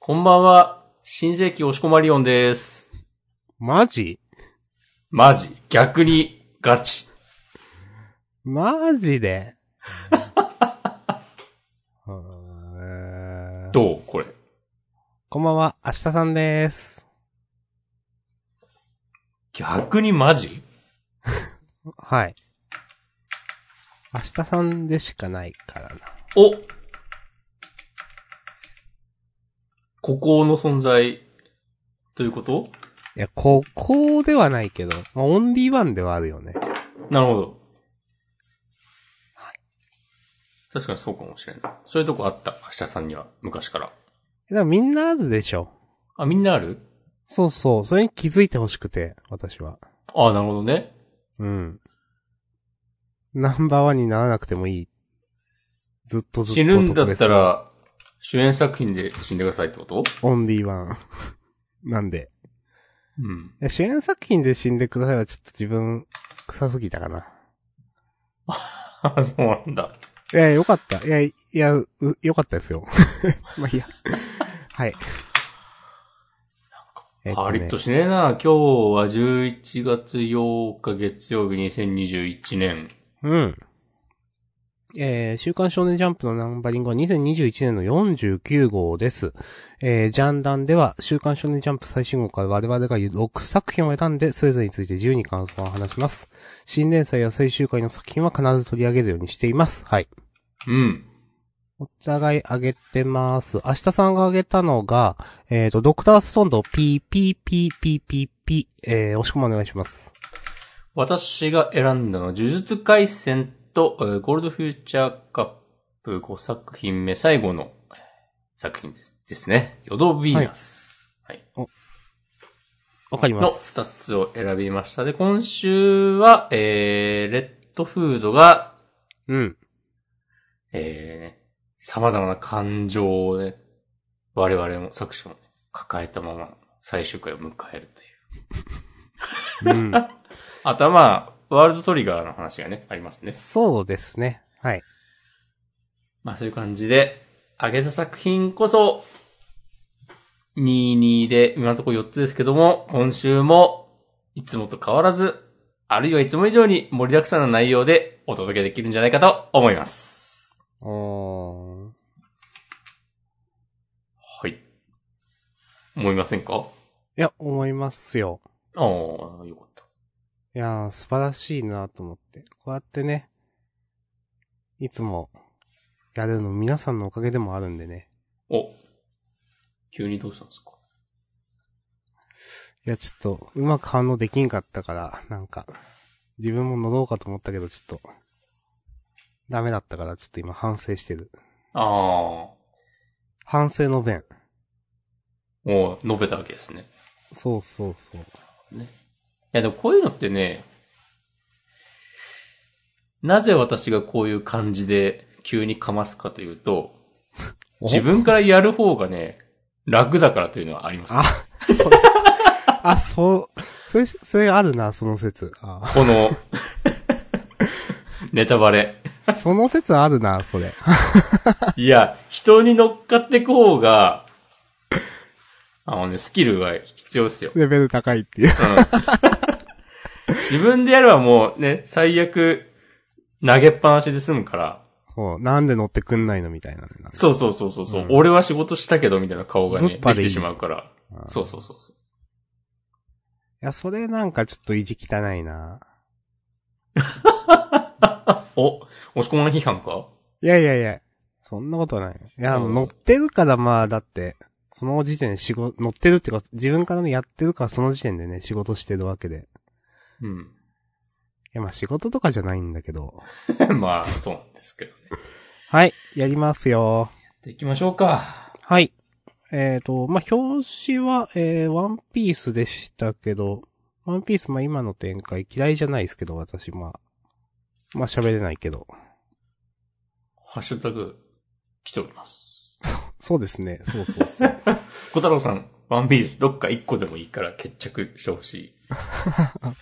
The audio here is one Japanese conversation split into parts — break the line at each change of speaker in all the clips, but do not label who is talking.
こんばんは。新世紀押し込まりおんです。
マジ
マジ。逆に、ガチ。
マ ジでうーん
どうこれ。
こんばんは、明日さんです。
逆にマジ
はい。明日さんでしかないからな。
お孤高の存在、ということ
いや、ここではないけど、まあ、オンリーワンではあるよね。
なるほど。はい。確かにそうかもしれない。そういうとこあった。明日さんには、昔から。
だからみんなあるでしょ。
あ、みんなある
そうそう、それに気づいてほしくて、私は。
あなるほどね。
うん。ナンバーワンにならなくてもいい。ずっとずっと
死ぬんだっ
特別
た
な
ら、主演作品で死んでくださいってこと
オンリーワン。 なんで。
うん。
いや主演作品で死んでくださいはちょっと自分、臭すぎたかな。
あ、そうなんだ。
いや、よかった。いや、いや、うよかったですよ。 まあいいや。はい。えっ
パ
と
リッ
ね
としねえな。今日は11月8日月曜日2021年。
うん。えー、週刊少年ジャンプのナンバリングは2021年の49号です。えー、ジャンダンでは、週刊少年ジャンプ最新号から我々が6作品を選んで、それぞれについて自由に感想を話します。新連載や最終回の作品は必ず取り上げるようにしています。はい。
うん。
お互い上げてます。明日さんが上げたのが、えっ、と、ドクターストーンと PPPPPP、えー、押し込まお願いします。
私が選んだのは、呪術廻戦と、えーゴールドフューチャーカップ5作品目最後のえー作品ですですね。ヨドビーナス。はい。
わかりま
の
す。
二つを選びました。で、今週は、えー、レッドフードが、
うん。
えー、様々な感情をね、我々も作者もね、抱えたまま最終回を迎えるという。
うん。
あとはまあ、ワールドトリガーの話がね、ありますね。
そうですね。はい。
まあそういう感じで、上げた作品こそ、22で、今のところ4つですけども、今週も、いつもと変わらず、あるいはいつも以上に盛りだくさんな内容でお届けできるんじゃないかと思います。
おー
はい。思いませんか
いや、思いますよ。
ああ、よかった。
いやー、素晴らしいなと思って。こうやってね、いつも、やれるの皆さんのおかげでもあるんでね。
お、急にどうしたんですか
いや、ちょっと、うまく反応できんかったから、なんか、自分も乗ろうかと思ったけど、ちょっと、ダメだったから、ちょっと今反省してる。
ああ、
反省の弁。
もう述べたわけですね。
そうそうそう。
いやでもこういうのってね、なぜ私がこういう感じで急にかますかというと、
お
自分からやる方がね、楽だからというのはあります。
あ、それ、あ、そう、それ、それあるな、その説。 あ
こ の、ネタバレ。
その説あるな、それ。
いや、人に乗っかってく方が、あのね、スキルが必要ですよ。
レベル高いってい
う
う。
ん自分でやればもうね、最悪、投げっぱなしで済むから、
そう、なんで乗ってくんないのみたいなね。なんか
そうそうそうそうそう、
うん
俺は仕事したけど、みたいな顔がね、
ぶっぱ
でき
でいい
てしまうから。
うん
そうそうそうそう。
いや、それなんかちょっと意地汚いな。
お、押し込まん批判か
いやいやいや、そんなことはない。いや、
うん
もう乗ってるからまあ、だって、その時点で仕事、乗ってるっていうか、自分からね、やってるからその時点でね、仕事してるわけで。
うん。
いや、まあ仕事とかじゃないんだけど。
まあ、そうなんですけどね。
はい、やりますよ。
で、行きましょうか。
はい。えっ、と、まあ、表紙は、えー、ワンピースでしたけど、ワンピース、まあ、今の展開嫌いじゃないですけど、私、まあ、まあ、喋れないけど。
ハッシュタグ、来ております。
そうですね。そうそう そう。
小太郎さん、ワンピース、どっか一個でもいいから決着してほしい。あ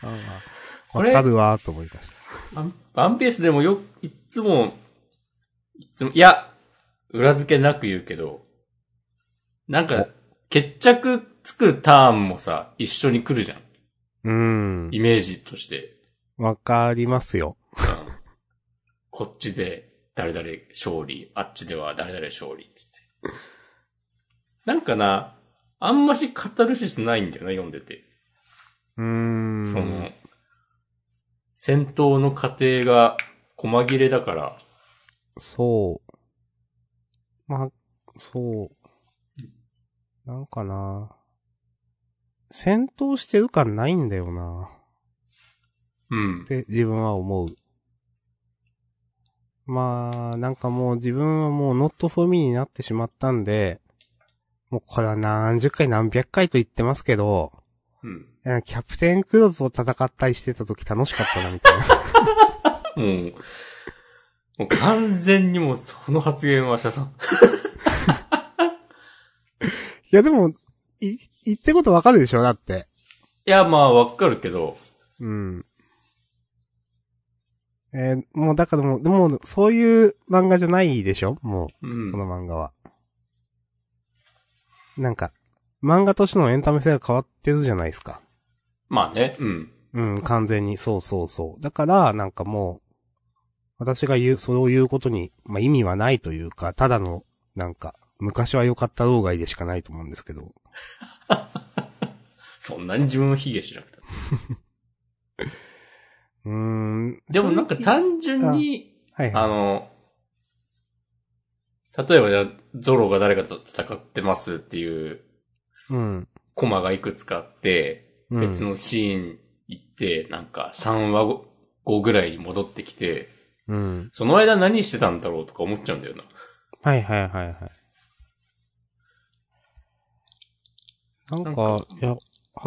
わ
れ
かるわーと思いまし
ワンワンピースでもよ、いっつも、いっつも、いや、裏付けなく言うけど、なんか、決着つくターンもさ、一緒に来るじゃん。
うん。
イメージとして。
わかりますよ。
うん こっちで誰々勝利、あっちでは誰々勝利っつって。なんかな、あんましカタルシスないんだよな、読んでて。
うーん。
その、戦闘の過程が細切れだから、
そう。まあ、そう。なんかな。戦闘してる感ないんだよな。
うん
っ。て自分は思う。まあ、なんかもう自分はもうノットフォーミーになってしまったんで、もうこれは何十回何百回と言ってますけど、
うん。
いやキャプテンクローズを戦ったりしてた時楽しかったなみ たいな。
もう、もう完全にもうその発言は、社さん。
いやでも、い、言ってことわかるでしょだって。
いや、まあ、わかるけど、
うん。えーもうだからもう、でもそういう漫画じゃないでしょも
う
う、
ん
こ。の漫画は。なんか、漫画としてのエンタメ性が変わってるじゃないですか。
まあね、うん。
うん、完全に、そうそうそう。だから、なんかもう、私が言う、それを言うことに、まあ意味はないというか、ただの、なんか、昔は良かった老害でしかないと思うんですけど。
そんなに自分を卑下しなくても。
うーん。
でもなんか単純に、
はい
あ
は
の、例えばじゃあゾロが誰かと戦ってますっていう
い。うん。
コマがいくつかあって、
うん
別のシーン行って、なんか3話後ぐらいに戻ってきて、
うん。
その間何してたんだろうとか思っちゃうんだよな。
はいはいはいはい。なんか、
なんか
いや、は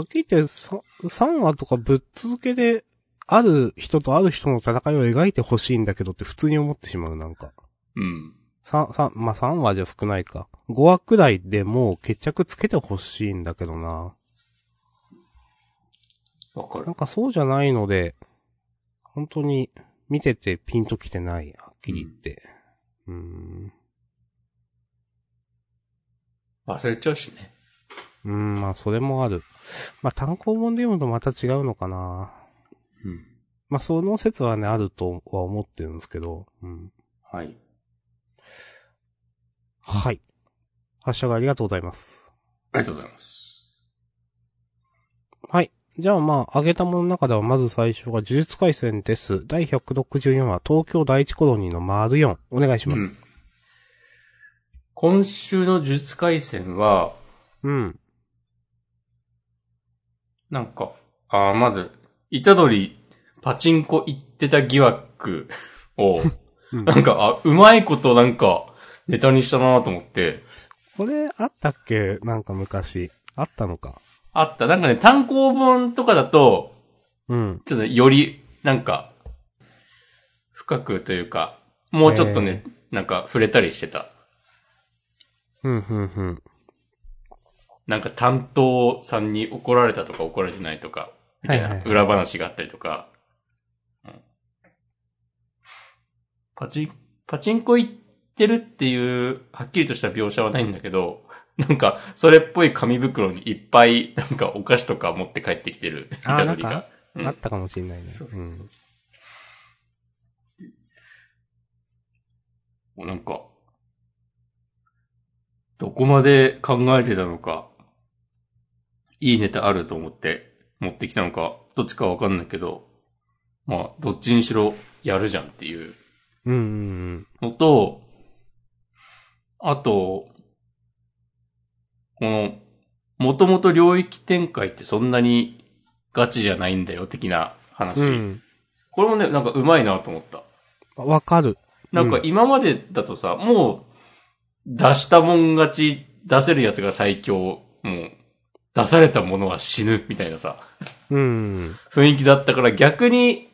っきり言ってさ、3話とかぶっ続けで、ある人とある人の戦いを描いてほしいんだけどって普通に思ってしまう、なんか。
うん。
三、三、まあ、三話じゃ少ないか。5話くらいでもう決着つけてほしいんだけどな。
わか
な
る
ん。かそうじゃないので、本当に見ててピンときてない、はっきり言って。うーん。
忘れちゃうしね。
うーん、まあそれもある。まあ単行本で読むとまた違うのかな。
うん。
まあその説はね、あるとは思ってるんですけど。うん。
はい。
はい。発射がありがとうございます。
ありがとうございます。
はい。じゃあまあ、上げたものの中ではまず最初が呪術回戦です。第164話、東京第一コロニーの丸4。お願いします。
今週の呪術回戦は、
うん。
なんか、ああ、まず、イタドリ、パチンコ行ってた疑惑を、
う ん
なんか、あ、うまいことなんか、ネタにしたなと思って、
これ、あったっけなんか昔。あったのか。
あった。なんかね、単行本とかだと、
うん。
ちょっとねより、なんか、深くというか、もうちょっとね、なんか触れたりしてた。
うん、うん、うん。
なんか担当さんに怒られたとか怒られてないとか、みたい
はい
な
はいはい
裏話があったりとか。うんパチン、パチンコ行ってるっていう、はっきりとした描写はないんだけど、 なんか、それっぽい紙袋にいっぱい、なんかお菓子とか持って帰ってきてる、
あ
虎杖
ーなん
が
か。
うん
あったかもしれないね。
そうそうそう
うん
もうなんか、どこまで考えてたのか、いいネタあると思って持ってきたのか、どっちかわかんないけど、まあ、どっちにしろやるじゃんっていう
うん、うん
のと、あと、この、もともと領域展開ってそんなにガチじゃないんだよ的な話。
うん。うん。
これもね、なんかうまいなと思った。
わかる。
なんか今までだとさ、もう、出したもん勝ち、出せるやつが最強、もう、出されたものは死ぬ、みたいなさ、
うん。
雰囲気だったから逆に、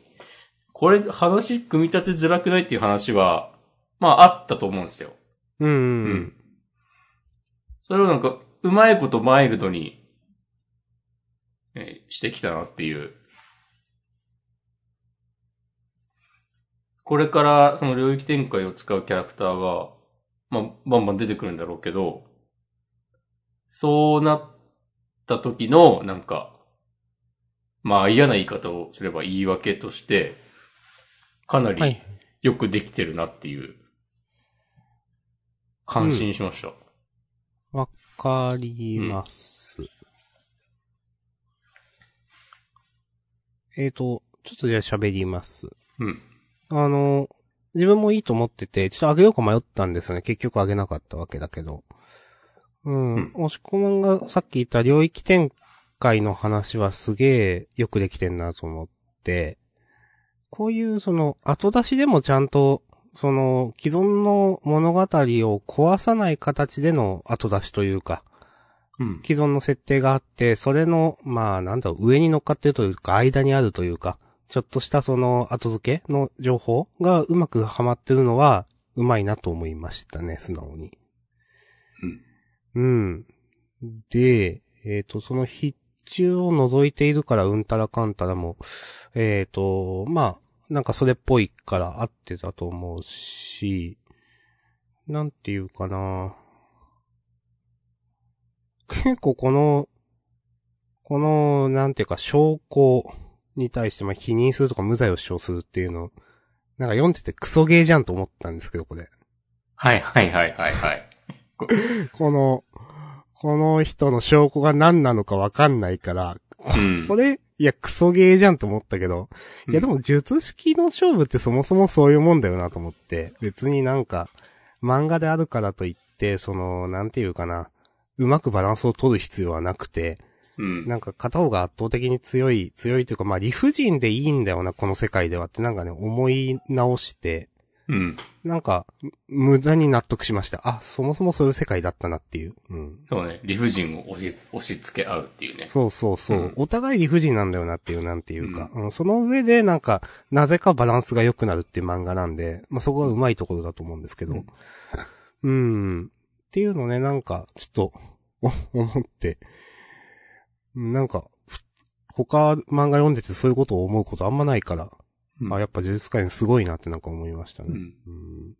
これ話組み立てづらくないっていう話は、まああったと思うんですよ。
うん。う。。
うんそれをなんか、うまいことマイルドに、えーしてきたなっていう。これから、その領域展開を使うキャラクターが、まあ、バンバン出てくるんだろうけど、そうなった時の、なんか、まあ嫌な言い方をすれば言い訳として、かな
は
り
い。
よくできてるなっていう、感心しました。
わかります。えっ、と、ちょっとじゃあ喋ります。
うん。
あの、自分もいいと思ってて、ちょっとあげようか迷ったんですよね。結局あげなかったわけだけど。うん。
うん
押し込まんがさっき言った領域展開の話はすげえよくできてんなと思って、こういうその後出しでもちゃんと、その既存の物語を壊さない形での後出しというか、
うん。
既存の設定があって、それの、まあなんだろう、上に乗っかってるというか、間にあるというか、ちょっとしたその後付けの情報がうまくはまってるのは、うまいなと思いましたね、素直に。うん。で、えっ、と、その必中を除いているから、うんたらかんたらも、えっ、と、まあ、なんかそれっぽいから合ってたと思うし、なんていうかな結構この、この、なんていうか、証拠に対して、まあ、否認するとか無罪を主張するっていうの、なんか読んでてクソゲーじゃんと思ったんですけど、これ。
はいはいはいはいはい。
この、この人の証拠が何なのかわかんないから、
うん。
これ、いや、クソゲーじゃんと思ったけど、いや、でも、術式の勝負ってそもそもそういうもんだよなと思って、別になんか、漫画であるからといって、その、なんていうかな、うまくバランスを取る必要はなくて、
うん。
なんか片方が圧倒的に強い、強いというか、まあ理不尽でいいんだよな、この世界ではってなんかね、思い直して、
うん。
なんか、む無駄に納得しました。あ、そもそもそういう世界だったなっていう。うん。
そうね。理不尽を押し、押し付け合うっていうね。
そうそうそう。
うん
お互い理不尽なんだよなっていう、なんていうか、うんその上で、なんか、なぜかバランスが良くなるっていう漫画なんで、まあ、そこが上手いところだと思うんですけど。うん。っていうのね、なんか、ちょっと、お 思って。うんなんか、ふ他漫画読んでてそういうことを思うことあんまないから、
うん
あ、やっぱ呪術界すごいなってなんか思いましたね。
うん。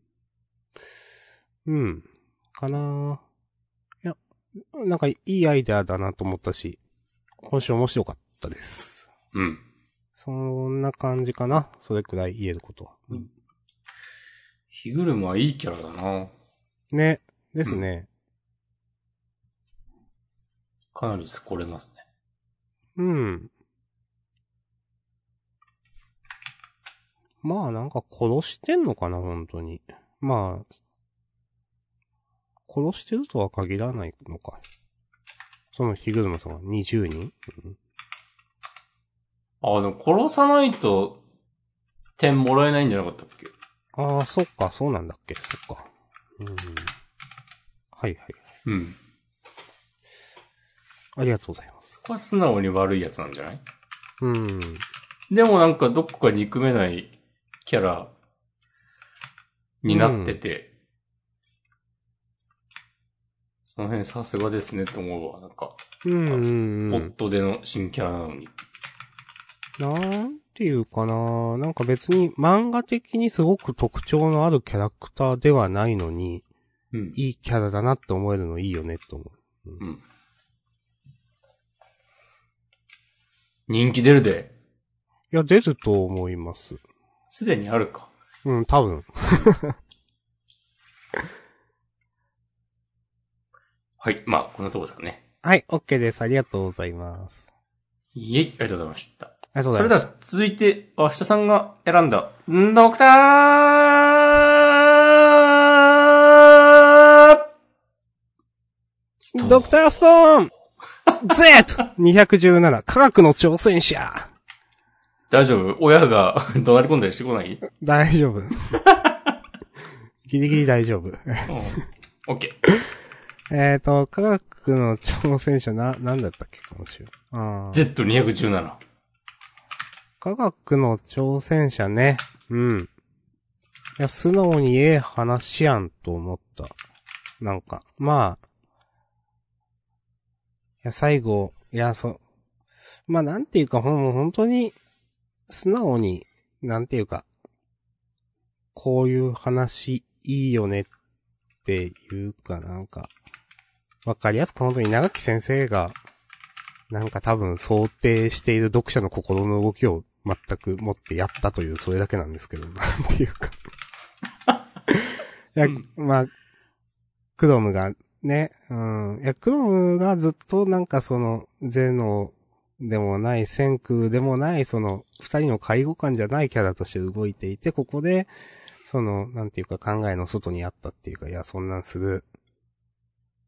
うん。うん。かなぁ。いや、なんかいいアイデアだなと思ったし、今週面白かったです。
うん。
そんな感じかな。それくらい言えることは。
うんヒグルムはいいキャラだな。
ね。ですね。
かなりすこれますね。
うん。まあなんか殺してんのかな、本当に。まあ、殺してるとは限らないのか。そのヒグルマさんは20人
あ、でも殺さないと、点もらえないんじゃなかったっけ
ああ、そっか、そうなんだっけ、そっか。うん。はいはい。
うん。
ありがとうございます。
これは素直に悪いやつなんじゃない
うん。
でもなんかどこか憎めないキャラになってて、その辺さすがですねと思うわ。なんか、
うんうん
ポ
う
ッ
ん。
トでの新キャラなのに。
なんていうかななんか別に漫画的にすごく特徴のあるキャラクターではないのに、
うん。
いいキャラだなって思えるのいいよねって思う。
うん。人気出るで、
いや、出ると思います。
すでにあるか。
うん、多分。
はい。まあ、こんなとこですかね。
はい、OK です。ありがとうございます。
いえい、ありがとうございました。
ありがとうご
それ
ざい
で
ます。
は、続いて、明日さんが選んだ、んドクター
ドクターストーン !Z!217 科学の挑戦者
大丈夫親が 怒鳴り込んだりしてこないうん。
大丈夫。 ギリギリ大丈夫。
オッケ
えっと、科学の挑戦者な、なんだったっけ、今週。あ
ー。
ー
Z217。
科学の挑戦者ね。うん。いや、素直にええ話やんと思った。なんか、まあ。いや、最後、いや、そ、まあ、なんていうか、ほんもう本当に、素直に、なんていうか、こういう話いいよねっていうかなんか、わかりやすく本当に長木先生が、なんか多分想定している読者の心の動きを全く持ってやったという、それだけなんですけど、 なんていうかいや、まあ、クロムがね、うん。いや、クロムがずっとなんかその、ゼノでもない、センクでもない、その、二人の介護官じゃないキャラとして動いていて、ここで、その、なんていうか考えの外にあったっていうか、いや、そんなんする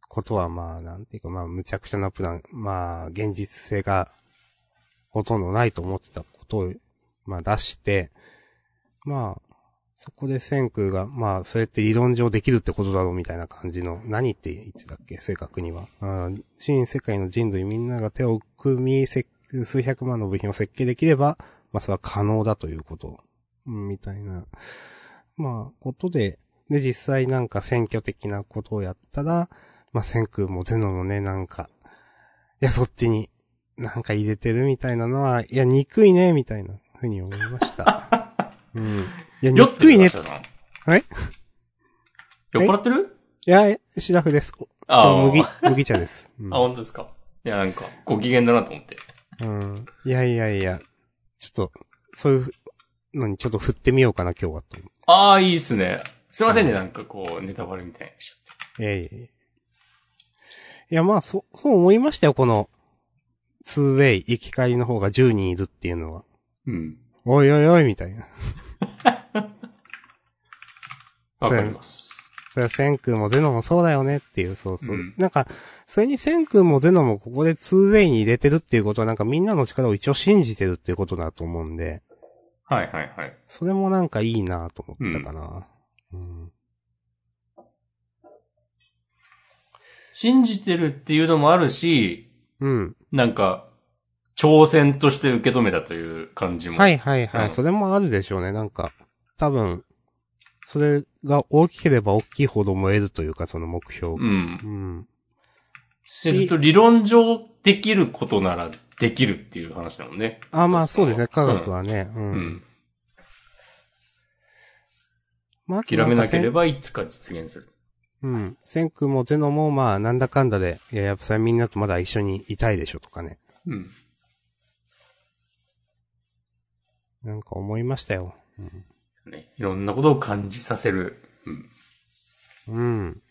ことはまあ、なんていうか、まあ、無茶苦茶なプラン、まあ、現実性がほとんどないと思ってたことを、まあ出して、まあ、そこで千空が、まあ、それって理論上できるってことだろうみたいな感じの、何って言ってたっけ正確には。あー新世界の人類みんなが手を組み、せ数百万の部品を設計できれば、まあ、それは可能だということ。うんみたいな。まあ、ことで、で、実際なんか選挙的なことをやったら、まあ、千空もゼノのね、なんか、いや、そっちに、なんか入れてるみたいなのは、いや、憎いね、みたいな、ふうに思いました。 うん。いや、
酔って
憎い
る
ね
まし
っ
たな。
はい
酔っ払ってる
いや、シラフです。お
あー
麦、麦茶です。うん
あ、本当ですか。いや、なんか、ご機嫌だなと思って。
うん。いやいやいや、ちょっと、そういうのにちょっと振ってみようかな、今日はと思っ
ああ、いいっすね。すいませんね、なんかこう、ネタバレみたいにしちゃって。
て。いやいやいや。いや、まあ、そ、そう思いましたよ、この、ツーウェイ、行き帰りの方が10人いるっていうのは。
うん。
おいおいおい、みたいな。
わかります。
それは千空もゼノもそうだよねっていう、そうそう。
うん
なんか、それに千空もゼノもここでツーウェイに入れてるっていうことは、なんかみんなの力を一応信じてるっていうことだと思うんで、
はいはいはい。
それもなんかいいなと思ったかな。うん。
信じてるっていうのもあるし、
うん。
なんか、挑戦として受け止めたという感じも。
はい。はいはい、
うん
それもあるでしょうね。なんか、多分、それが大きければ大きいほど燃えるというか、その目標
う。ん。
うん。
でずっと理論上できることならできるっていう話だもんね。
あ、まあそうですね。科学はね。う。
うんん。
まあ、
諦めなけれ
ば。
ばいつか実現する。
うん。千空もゼノも、まあ、なんだかんだで、いや、やっぱさ、みんなとまだ一緒にいたいでしょとかね。
うん。
なんか思いましたよ。
ね、いろんなことを感じさせる。うん。
うん。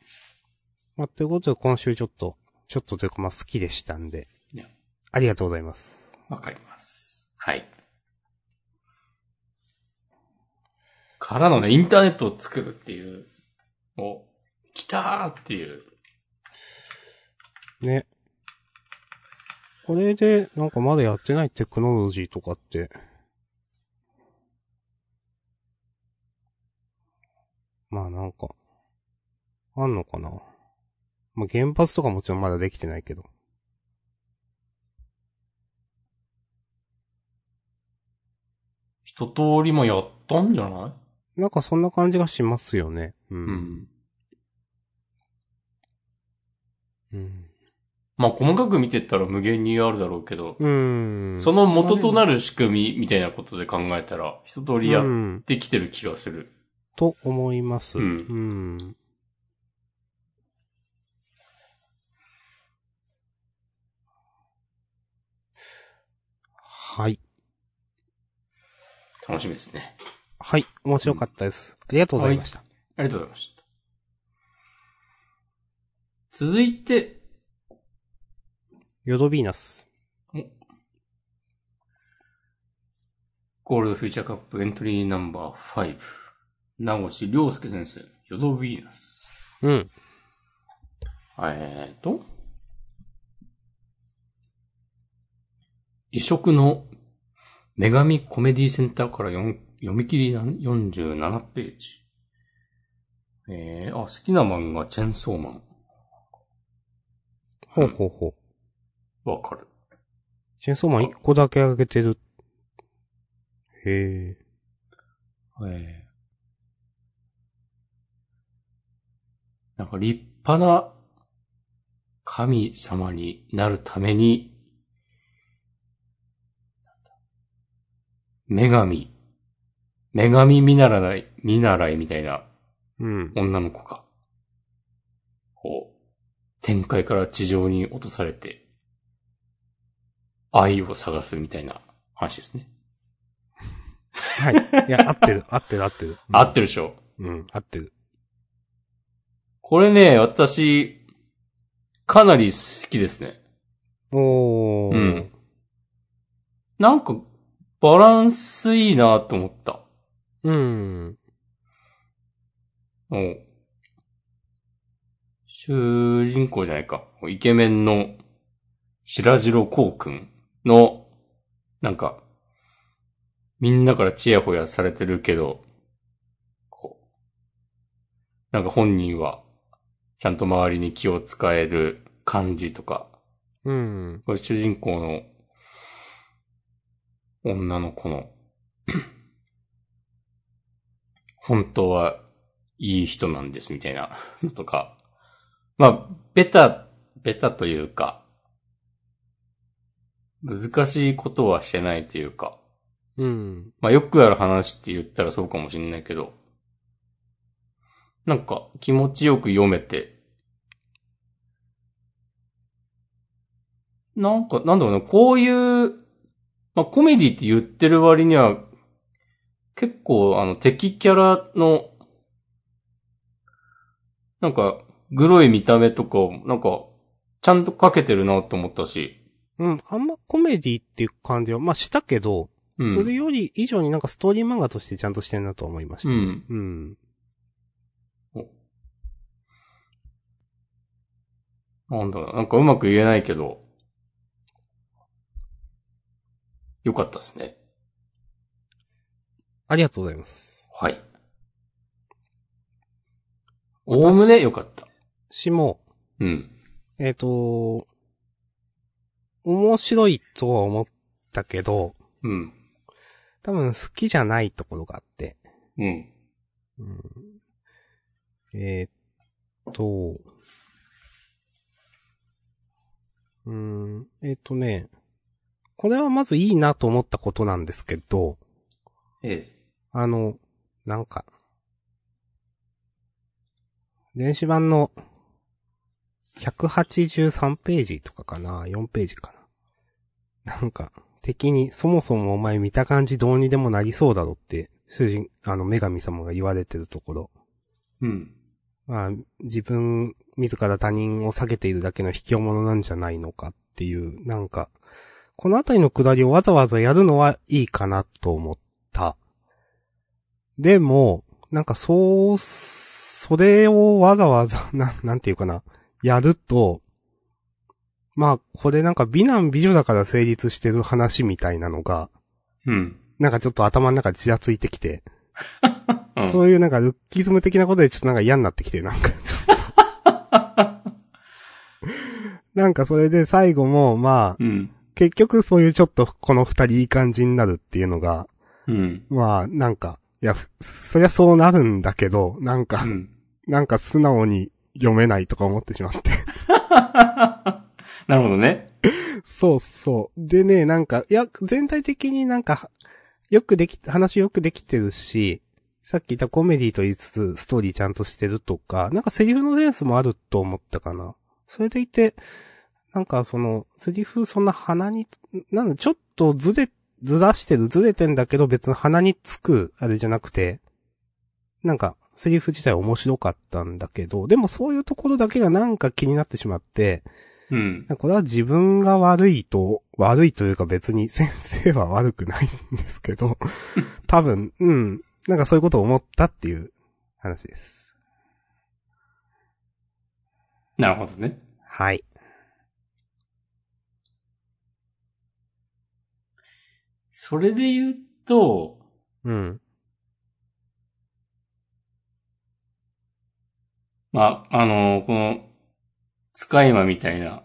まあ、ということで、今週ちょっと、ちょっとというか、まあ、好きでしたんで、
いや、
ありがとうございます。
わかります。はい。からのね、インターネットを作るっていう、お、来たーっていう。
ね。これで、なんかまだやってないテクノロジーとかって、まあなんか、あんのかな。まあ原発とかもちろんまだできてないけど。
一通りもやったんじゃない
なんかそんな感じがしますよね。う。
うんん。
うん。
まあ、細かく見てったら無限にあるだろうけど、
うん。
その元となる仕組みみたいなことで考えたら、一通りや
う
っ
ん
てきてる気がする。
と思います。
うん
うん。はい。
楽しみですね。
はい。面白かったです。ありがとうございました。
ありがとうございました。続いて、
ヨドビーナス。
ゴールドフューチャーカップエントリーナンバー5。名越良介先生、ヨドヴィーナス。
うん。
えーと。異色の女神コメディセンターから読み読み切りな47ページ。えー、あ、好きな漫画、チェンソーマン。
ほうほうほう。
わかる。
チェーンソーマン1個だけあげてる。へえ。
ええ。なんか立派な神様になるために、女神、女神見習い、見習いみたいな
うん。
女の子が、こう、天界から地上に落とされて、愛を探すみたいな話ですね。
はい。いや、合ってる、合ってる、合ってる。
合ってるでしょ
る。うん、合ってる。
これね、私、かなり好きですね。
おー。
うんなんか、バランスいいなと思った。
うん。
もう、主人公じゃないか。イケメンの白白こうくんの、なんか、みんなからチヤホヤされてるけど、こう、なんか本人は、ちゃんと周りに気を使える感じとか、
うん。
これ主人公の女の子の 本当はいい人なんですみたいな のとか。まあ、ベタ、ベタというか、難しいことはしてないというか、
うん。
まあよくある話って言ったらそうかもしんないけど、なんか気持ちよく読めて、なんか、なんだろうな、こういう、まあコメディって言ってる割には、結構あの敵キャラの、なんか、グロい見た目とかを、なんか、ちゃんとかけてるなと思ったし、
うん。あんまコメディっていう感じは、まあ、したけど、
うん。
それより以上になんかストーリー漫画としてちゃんとしてるなと思いました。
う。ん。
うん。
なんだろう、なんかうまく言えないけど、よかったですね。
ありがとうございます。
はい。おおむねよかった。
しも、
うん。
えっ、と、面白いとは思ったけど、
うん。
多分好きじゃないところがあって。
うん。
えーっと、うーん、えーっとね、これはまずいいなと思ったことなんですけど、
ええ。
あの、なんか、電子版の183ページとかかな、4ページかな。なんか、敵に、そもそもお前見た感じどうにでもなりそうだろって、主人、あの、女神様が言われてるところ。
うん。
まあ、自分、自ら他人を下げているだけの卑怯者なんじゃないのかっていう、なんか、このあたりのくだりをわざわざやるのはいいかなと思った。でも、なんかそう、それをわざわざ、 な、なんていうかな、やると、まあ、これなんか美男美女だから成立してる話みたいなのが、
うん。
なんかちょっと頭の中でちらついてきて、
うん
そういうなんかルッキズム的なことでちょっとなんか嫌になってきて、な んか。なんかそれで最後も、まあ、
うん。
結局そういうちょっとこの二人いい感じになるっていうのが、
うん。
まあ、なんか、いや、ふそりゃそうなるんだけど、なんか、
うん。
なんか素直に読めないとか思ってしまって。
なるほどね。
そうそう。でね、なんか、いや、全体的になんか、よくでき、話よくできてるし、さっき言ったコメディと言いつつ、ストーリーちゃんとしてるとか、なんかセリフのセンスもあると思ったかな。それでいて、なんかその、セリフそんな鼻に、なんだ、ちょっとずれ、ずらしてる、ずれてんだけど別に鼻につく、あれじゃなくて、なんか、セリフ自体面白かったんだけど、でもそういうところだけがなんか気になってしまって、
うん。
これは自分が悪いと、悪いというか別に先生は悪くないんです けど、多分、うん、なんかそういうことを思ったっていう話です。
なるほどね。
はい。
それで言うと、
うん。
まあ、あのこの、使い魔みたいな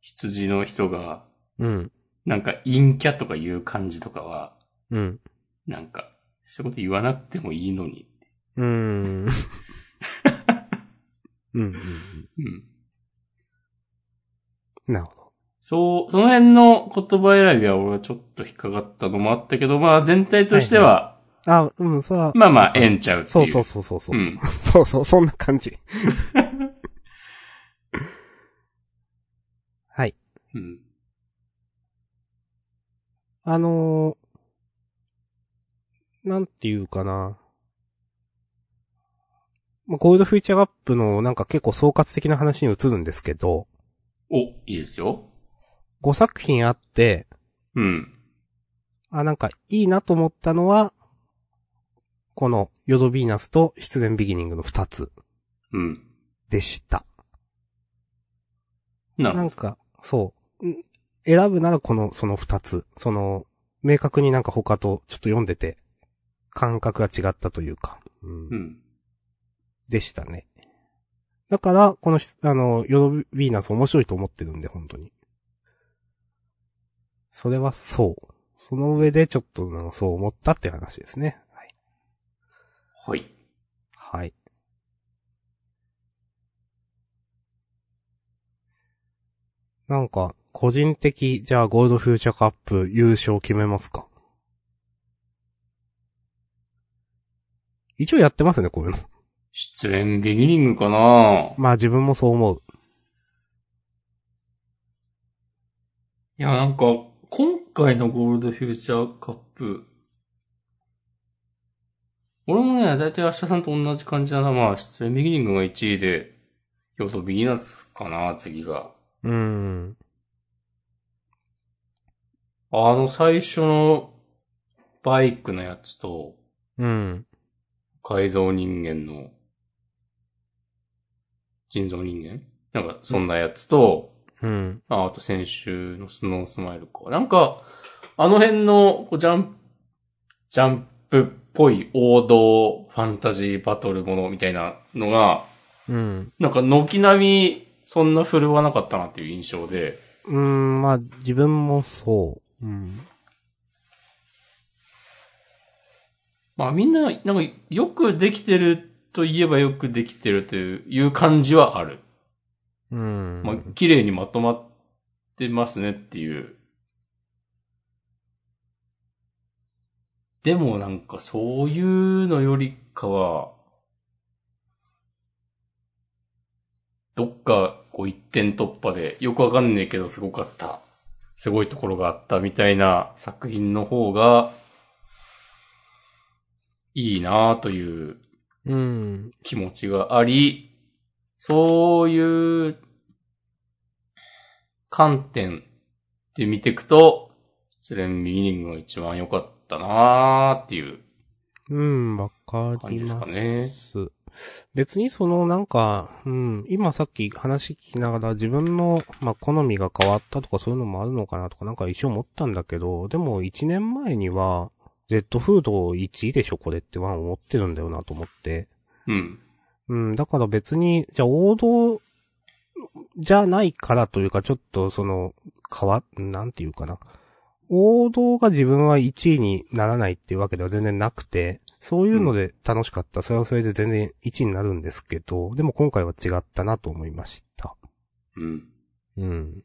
羊の人が、
うん。
なんか陰キャとかいう感じとかは、
うん。
なんか、そういうこと言わなくてもいいのに。
うーん。うん、うん。
うん。
なるほど。
そう、その辺の言葉選びは俺はちょっと引っかかったのもあったけど、まあ全体としては、
あ、うん、それは、
まあまあ、ええんちゃうっていう。
そうそうそうそうそう。
うん
そうそう、そんな感じ。
うん。
あのーなんていうかな。まあ、ゴールドフューチャーアップのなんか結構総括的な話に移るんですけど、
お、いいですよ。
5作品あって、
うん。
あ、なんかいいなと思ったのは、このヨドビーナスと必然ビギニングの2つ
うん。
でした。
なる
な
ほ
ん
ど。
か、そう。ん選ぶならこの、その2つ。その、明確になんか他とちょっと読んでて、感覚が違ったというか。うん
うん。
でしたね。だから、このし、あの、ヨドヴィーナス面白いと思ってるんで、本当に。それはそう。その上でちょっと、なんかそう思ったっていう話ですね。はい。
はい。
はい。なんか、個人的、じゃあゴールドフューチャーカップ優勝決めますか一応やってますね、こういうの。
失恋ビギニングかな
まあ自分もそう思う。
いや、なんか、今回のゴールドフューチャーカップ、俺もね、だいたい明日さんと同じ感じだな。まあ、失恋ビギニングが1位で、ヨドビギナスかな、次が。
うーん。
あの、最初のバイクのやつと、
うん。
改造人間の、人造人間なんか、そんなやつと、
うん。
ああと先週のスノースマイルか。なんか、あの辺のこうジャンプ、ジャンプっぽい王道ファンタジーバトルものみたいなのが、
うん。
なんか軒並みそんな振るわなかったなっていう印象で、
うーん、まあ、自分もそう。うん。
まあみんな、なんかよくできてると言えばよくできてるといういう感じはある。
うん。
まあ綺麗にまとまってますねっていう。でもなんかそういうのよりかは、どっかこう一点突破でよくわかんねえけどすごかった。すごいところがあったみたいな作品の方がいいなあという
うん。
気持ちがあり、そういう観点で見ていくと、失恋ミーニングが一番良かったなーっていう。
うん、わか
感
り
じです
ま
かね
す。別にそのなんか、うん、今さっき話聞きながら自分の、まあ、好みが変わったとかそういうのもあるのかなとかなんか一応思ったんだけど、でも1年前には、レッドフード1位でしょこれっては思ってるんだよなと思って。
うん。
うん、だから別に、じゃあ王道じゃないからというか、ちょっとその、変わ、なんていうかな。王道が自分は1位にならないっていうわけでは全然なくて、そういうので楽しかった。それはそれで全然1位になるんですけど、でも今回は違ったなと思いました。
うん。
うん。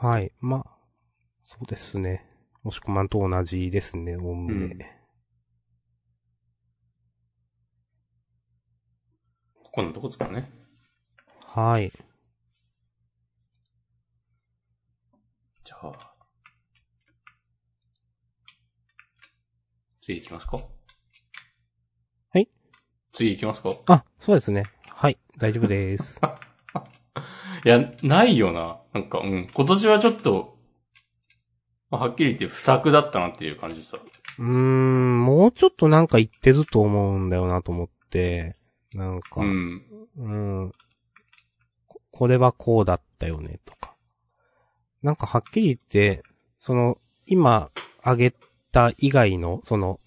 はい。まあ、そうですね。もしこまんと同じですね、おおむね。
うんこんなとこですからね。
はい。
じゃあ。次行きますか
はい
次行きますか
あ、そうですね。はい。大丈夫です。
いや、ないよな。なんか、うん。今年はちょっと、まあはっきり言って不作だったなっていう感じさ。
うーん、もうちょっとなんか言ってると思うんだよなと思って、なんか、
う
うん、
ん。
ここれはこうだったよね、とか。なんかはっきり言って、その、今、あげた以外の、その、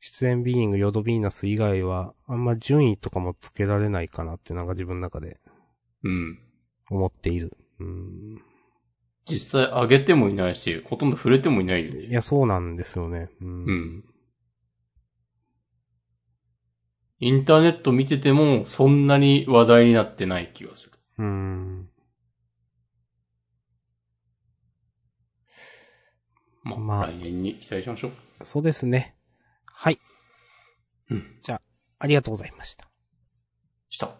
出演ビーニング、ヨドビーナス以外は、あんま順位とかもつけられないかなって、なんか自分の中で
うん。
思っている。うん。
実際上げてもいないし、ほとんど触れてもいないよね。
いや、そうなんですよね。うん。
うん。インターネット見てても、そんなに話題になってない気がする。
うーん。
まあ、
まあ
来年に期待しましょう。
そうですね。はい。
うん。
ありがとうございました。
した。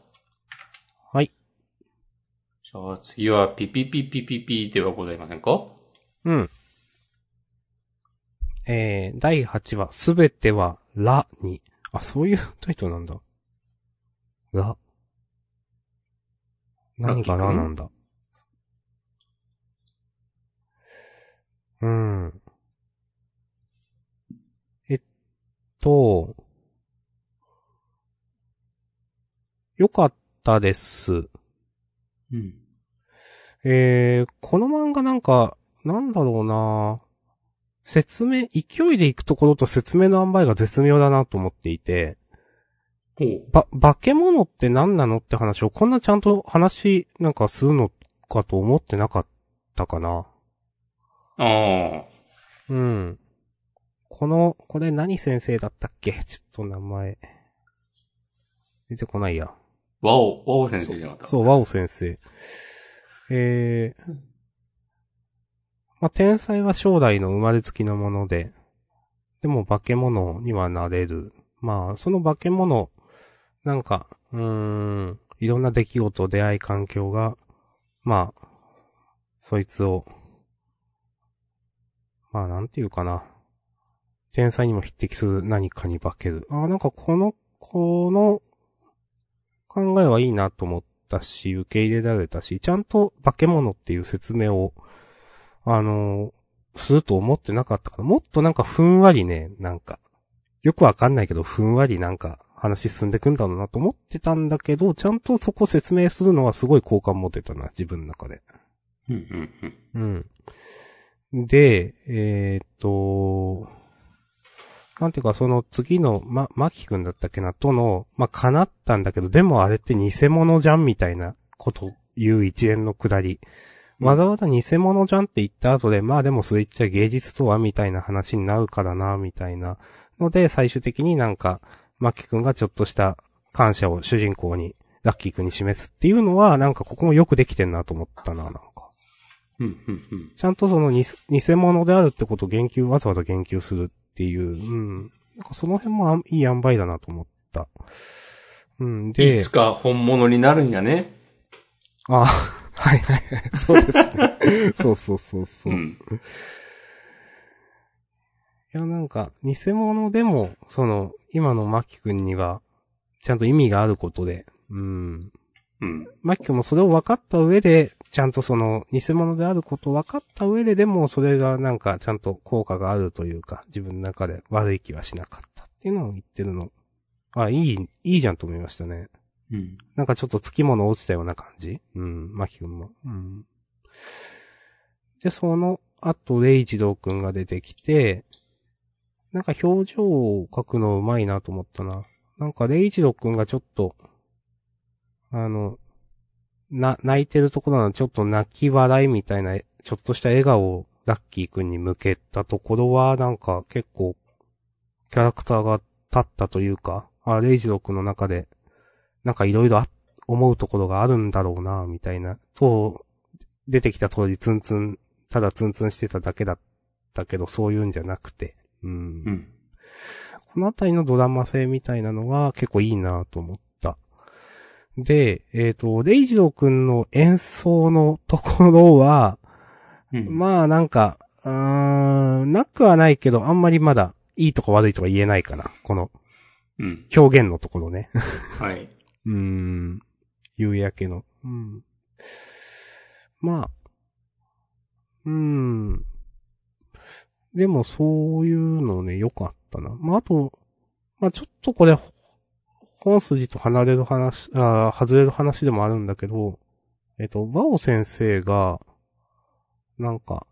じゃあ次はピピピピピピではございませんか
うん。えー、第8話、すべては、ラに。あ、そういうタイトルなんだ。ラ。何がラなんだ。うん。えっと、よかったです。
うん。
えー、この漫画なんか、なんだろうな説明、勢いで行くところと説明の塩梅が絶妙だなと思っていて、
ほう。
ば、化け物って何なのって話をこんなちゃんと話なんかするのかと思ってなかったかな。
ああ。
うん。この、これ何先生だったっけちょっと名前。出てこないや。
ワオ、ワオ先生じゃなかった。
そう、ワオ先生。えー、まあ、天才は将来の生まれつきのもので、でも化け物にはなれる。まあ、その化け物、なんか、うーん、いろんな出来事、出会い、環境が、まあ、そいつを、まあ、なんていうかな。天才にも匹敵する何かに化ける。ああ、なんかこの、この考えはいいなと思ったし、受け入れられたし、ちゃんと化け物っていう説明を、あのーすると思ってなかったから、もっとなんかふんわりね、なんか、よくわかんないけど、ふんわりなんか話進んでくんだろうなと思ってたんだけど、ちゃんとそこ説明するのはすごい好感持てたな、自分の中で。
うんうんうん。
うん。で、えーっと、なんていうか、その次の、ま、まきくんだったっけな、との、まあ、叶ったんだけど、でもあれって偽物じゃんみたいなことを言う一連のくだり。わざわざ偽物じゃんって言った後で、まあでもそれ言っちゃ芸術とはみたいな話になるからな、みたいな。ので、最終的になんか、まきくんがちょっとした感謝を主人公に、ラッキーくんに示すっていうのは、なんかここもよくできてんなと思ったな、なんか。
うんうんうん。
ちゃんとその偽偽物であるってことを言及、わざわざ言及するっていう、うん。なんかその辺もあんいい塩梅だなと思った。うん、
い
で
つ、か本物になるんやね。
あ、はいはいはい、そうですね。 そうそうそうそう。
う
い
ん。
や、なんか、偽物でも、その、今のマキ君には、ちゃんと意味があることで、うん。
うん。
マキ君もそれを分かった上で、ちゃんとその、偽物であることを分かった上で、でもそれがなんかちゃんと効果があるというか、自分の中で悪い気はしなかったっていうのを言ってるの。あ、いい、いいじゃんと思いましたね。
うん。
なんかちょっとつきもの落ちたような感じうん、マキ君も。うん。で、その後、レイジドー君が出てきて、なんか表情を描くのうまいなと思ったな。なんかレイジドー君がちょっと、あの、な、泣いてるところなのちょっと泣き笑いみたいな、ちょっとした笑顔をラッキー君に向けたところは、なんか結構、キャラクターが立ったというか、あ、レイジドー君の中で、なんかいろいろあ、思うところがあるんだろうな、みたいな。と、出てきた当時ツンツン、ただツンツンしてただけだったけど、そういうんじゃなくて。うん
うん。
このあたりのドラマ性みたいなのが結構いいなと思った。で、えっ、と、レイジロー君の演奏のところは、
うん。
まあなんか、うーん、なくはないけど、あんまりまだ、いいとか悪いとか言えないかな。この
うん。
表現のところね。
はい。
うーん。夕焼けの。うん。まあ。うーん。でも、そういうのね、良かったな。まあ、あと、まあ、ちょっとこれ、ほ本筋と離れる話、あー外れる話でもあるんだけど、えっと、和尾先生が、なんか、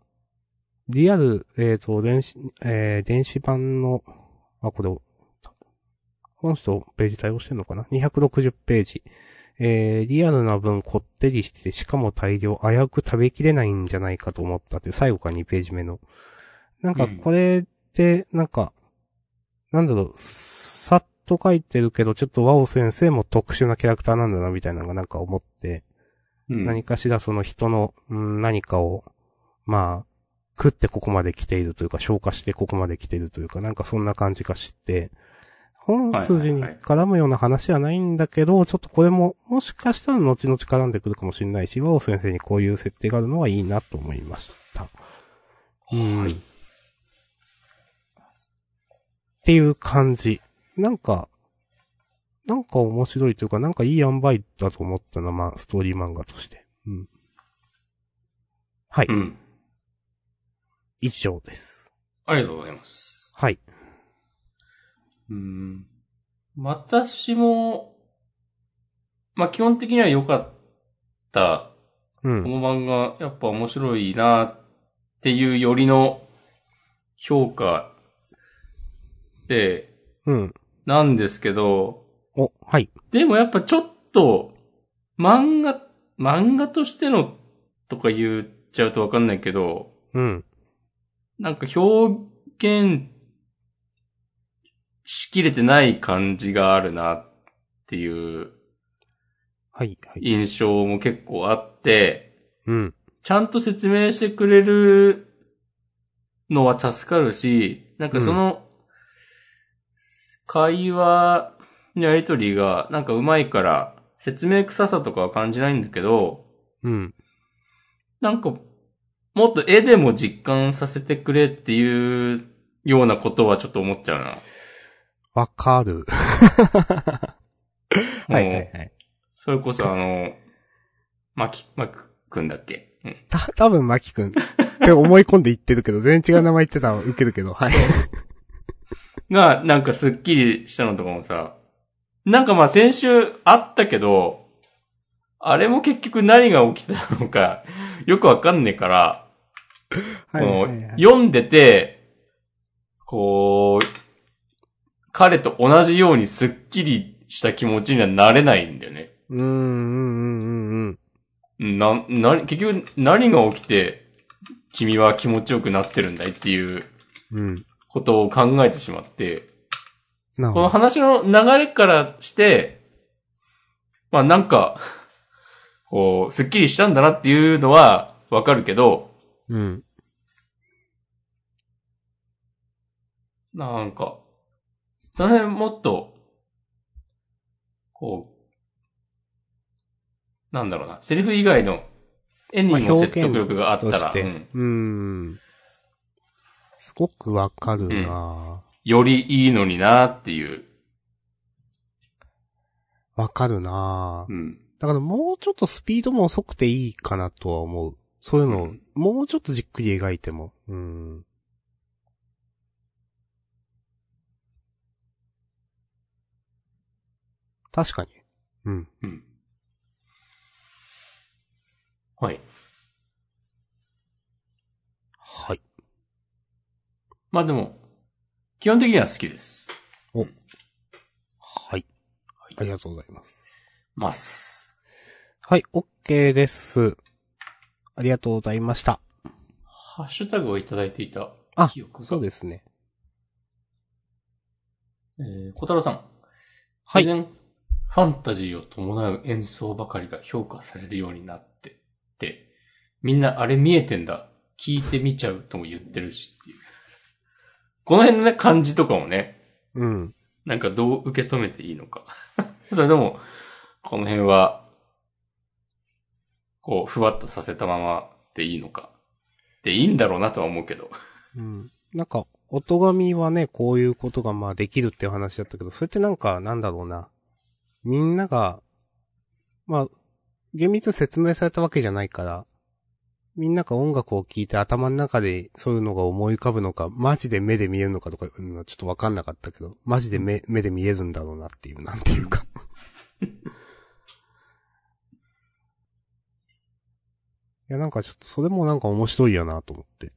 リアル、えっ、と、電子、えー電子版の、あ、これ、本誌とページ対応してんのかな ?260 ページ。えー、リアルな分こってりしてて、しかも大量、危うく食べきれないんじゃないかと思ったっていう、最後か2ページ目の。なんか、
うん
これって、なんか、なんだろう、さっと書いてるけど、ちょっと和尾先生も特殊なキャラクターなんだな、みたいなのがなんか思って、
うん。
何かしらその人の、うん何かを、まあ、食ってここまで来ているというか、消化してここまで来ているというか、なんかそんな感じがして、本筋に絡むような話はないんだけど、ちょっとこれも、もしかしたら後々絡んでくるかもしれないし、和尾先生にこういう設定があるのはいいなと思いました。うん。
はい
っていう感じ。なんか、なんか面白いというか、なんかいい塩梅だと思ったな、まあ、ストーリー漫画として。うん。はい、
うん。
以上です。
ありがとうございます。
はい。
うん。私も、まあ、基本的には良かった。
う
こ
ん。
の漫画、やっぱ面白いなっていうよりの評価で、
うん。
なんですけど、
お、はい。
でもやっぱちょっと、漫画、漫画としてのとか言っちゃうとわかんないけど、
うん。
なんか表現しきれてない感じがあるなっていう
はい、はい。
印象も結構あって、
うん。
ちゃんと説明してくれるのは助かるし、なんかその、会話のやりとりがなんかうまいから、説明臭さとかは感じないんだけど、
うん。
なんか、もっと絵でも実感させてくれっていうようなことはちょっと思っちゃうな。
わかる。 はい、はい、は
もう
い。
それこそあの、まき、まくくんだっけ、うん、
た、多分マキ君って思い込んで言ってるけど、全然違う名前言ってたら受けるけど、はい。
が、なんかスッキリしたのとかもさ、なんかまあ先週あったけど、あれも結局何が起きたのか、よくわかんねえから、
はい、
こ
は
の
い、はい。
読んでて、こう、彼と同じようにスッキリした気持ちにはなれないんだよね。
うん、うん、うん、うん、うん。
な、な、結局何が起きて、君は気持ちよくなってるんだいっていう
うん。
ことを考えてしまって、
なる
この
ほど。
話の流れからして、まあなんか、こう、スッキリしたんだなっていうのはわかるけど、
うん。
なんか、その辺もっと、こう、なんだろうな、セリフ以外の絵に
まあ
も説得力があった
と
ら
し、て。
うん
うん。すごくわかるな
よりいいのになっていう。
わかるな
うん。
だからもうちょっとスピードも遅くていいかなとは思う。そういうの
う
を
ん、
もうちょっとじっくり描いても。うん。確かに。うん。
うん。はい。
はい。
まあでも、基本的には好きです。
はい。ありがとうございます。
ます。
はい、OK です。ありがとうございました。
ハッシュタグをいただいていた
あ
記憶が。
そうですね。
えー、小太郎さん。
はい
以前、ファンタジーを伴う演奏ばかりが評価されるようになってって、みんなあれ見えてんだ、聞いてみちゃうとも言ってるしっていう。この辺のね、感じとかもね、
うん。
なんかどう受け止めていいのか。 それでも、この辺は、こう、ふわっとさせたままでいいのか。でいいんだろうなとは思うけど。
うん。なんか、音神はね、こういうことがまあできるっていう話だったけど、それってなんか、なんだろうな。みんなが、まあ、厳密に説明されたわけじゃないから、みんなが音楽を聴いて頭の中でそういうのが思い浮かぶのか、マジで目で見えるのかとかいうのはちょっとわかんなかったけど、マジで目、目で見えるんだろうなっていう、なんていうか。いや、なんかちょっとそれもなんか面白いよなと思って。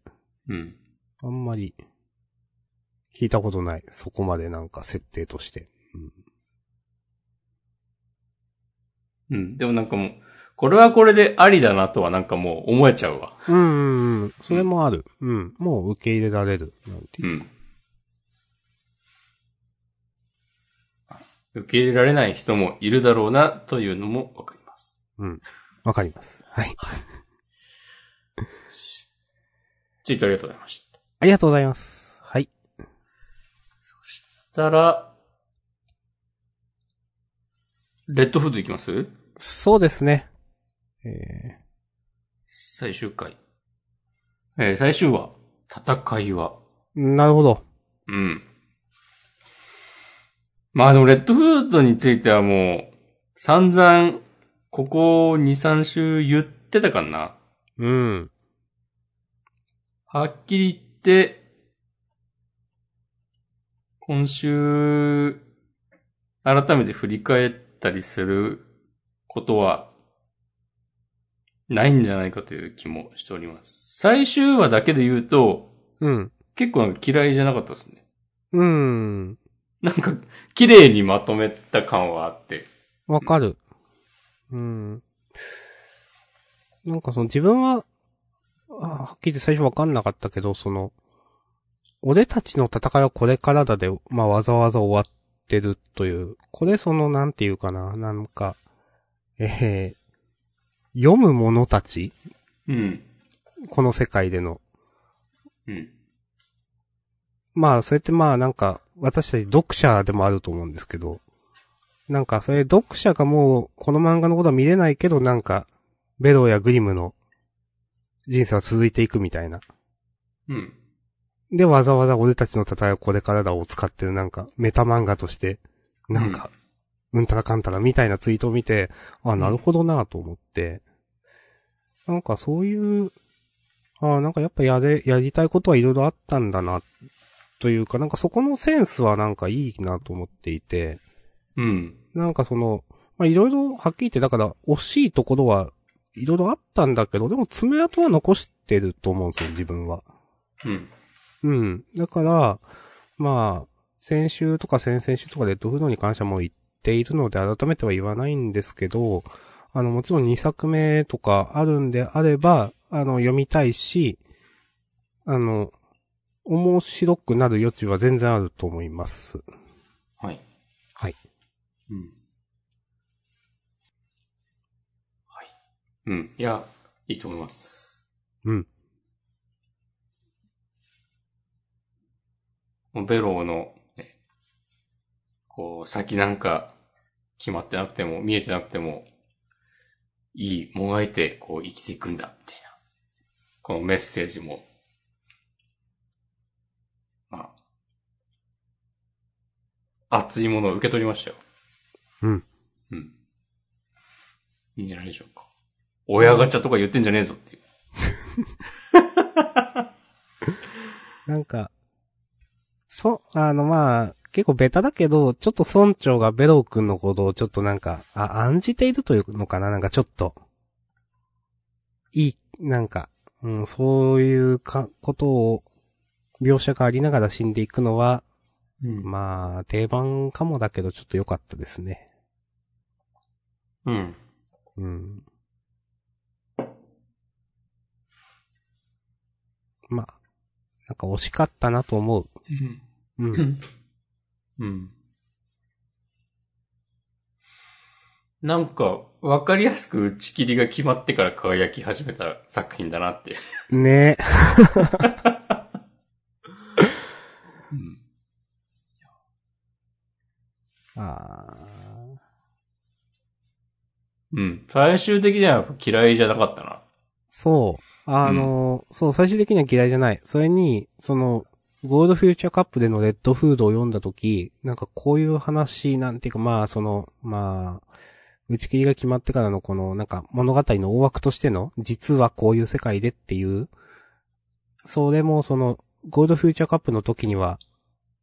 うん。
あんまり、聞いたことない。そこまでなんか設定として。
うん。でもなんかもう、これはこれでありだなとはなんかもう思えちゃうわ。
うんうんうん。それもある。うん。もう受け入れられる。なんていうう。
ん。受け入れられない人もいるだろうなというのもわかります。
うん。わかります。はい。
ツイートありがとうございまし
ありがとうございます。はい。
た。そしたら、レッドフードいきます
そうですね。え
最終回。えー最終話。戦いは。
ー、なるほど。
うん。まあでも、レッドフードについてはもう、散々、ここ2、3週言ってたからな。
うん。
はっきり言って、今週、改めて振り返ったりすることは、ないんじゃないかという気もしております。最終話だけで言うと、
うん。
結構なんか嫌いじゃなかったですね。
うん。
なんか、綺麗にまとめた感はあって。
わかる。うん。なんかその自分は、あはっきり言って最初わかんなかったけど、その、俺たちの戦いはこれからだで、まあわざわざ終わってるという、これそのなんていうかな、なんか、えー、読む者たち
うん。
この世界での。
うん。
まあ、それってまあなんか、私たち読者でもあると思うんですけど、なんか、それ読者がもう、この漫画のことは見れないけど、なんか、ベローやグリムの人生は続いていくみたいな。
うん。
で、わざわざ俺たちの戦いはこれからだを使ってるなんか、メタ漫画として、なんか、うんたらかんたらみたいなツイートを見て、あ、なるほどなと思って、なんかそういう、あ、なんかやっぱやれ、やりたいことはいろいろあったんだな、というか、なんかそこのセンスはなんかいいなと思っていて、
うん。
なんかその、まあ、いろいろはっきり言って、だから惜しいところはいろいろあったんだけど、でも爪痕は残してると思うんですよ、自分は。
うん。
うん。だから、まあ、先週とか先々週とかレッドフードに関してはもう言っているので改めては言わないんですけど、あの、もちろん2作目とかあるんであれば、あの、読みたいし、あの、面白くなる余地は全然あると思います。
はい。
はい。
うん。はい。うん。いや、いいと思います。
うん。
もうベローの、ねこう、先なんか、決まってなくても、見えてなくても、いい、もがいて、こう、生きていくんだ、みたいな。このメッセージも、まあ、熱いものを受け取りましたよ。
うん。
うん。いいんじゃないでしょうか。親ガチャとか言ってんじゃねえぞっていう。
なんか、そ、あのまあ、結構ベタだけど、ちょっと村長がベロー君のことをちょっとなんか、あ、案じているというのかななんかちょっと、いい、なんか、うん、そういうか、ことを、描写がありながら死んでいくのは、
うん
まあ、定番かもだけど、ちょっと良かったですね。
うん。
うん。まあ、なんか惜しかったなと思う。うん。
うん。なんか、わかりやすく打ち切りが決まってから輝き始めた作品だなって。
ねえ。
うん。
あー
うん。最終的にはやっぱ嫌いじゃなかったな。
そう。あの、そう、最終的には嫌いじゃない。それに、その、ゴールドフューチャーカップでのレッドフードを読んだとき、なんかこういう話、なんていうか、まあ、その、まあ、打ち切りが決まってからのこの、なんか物語の大枠としての、実はこういう世界でっていう、それもその、ゴールドフューチャーカップの時には、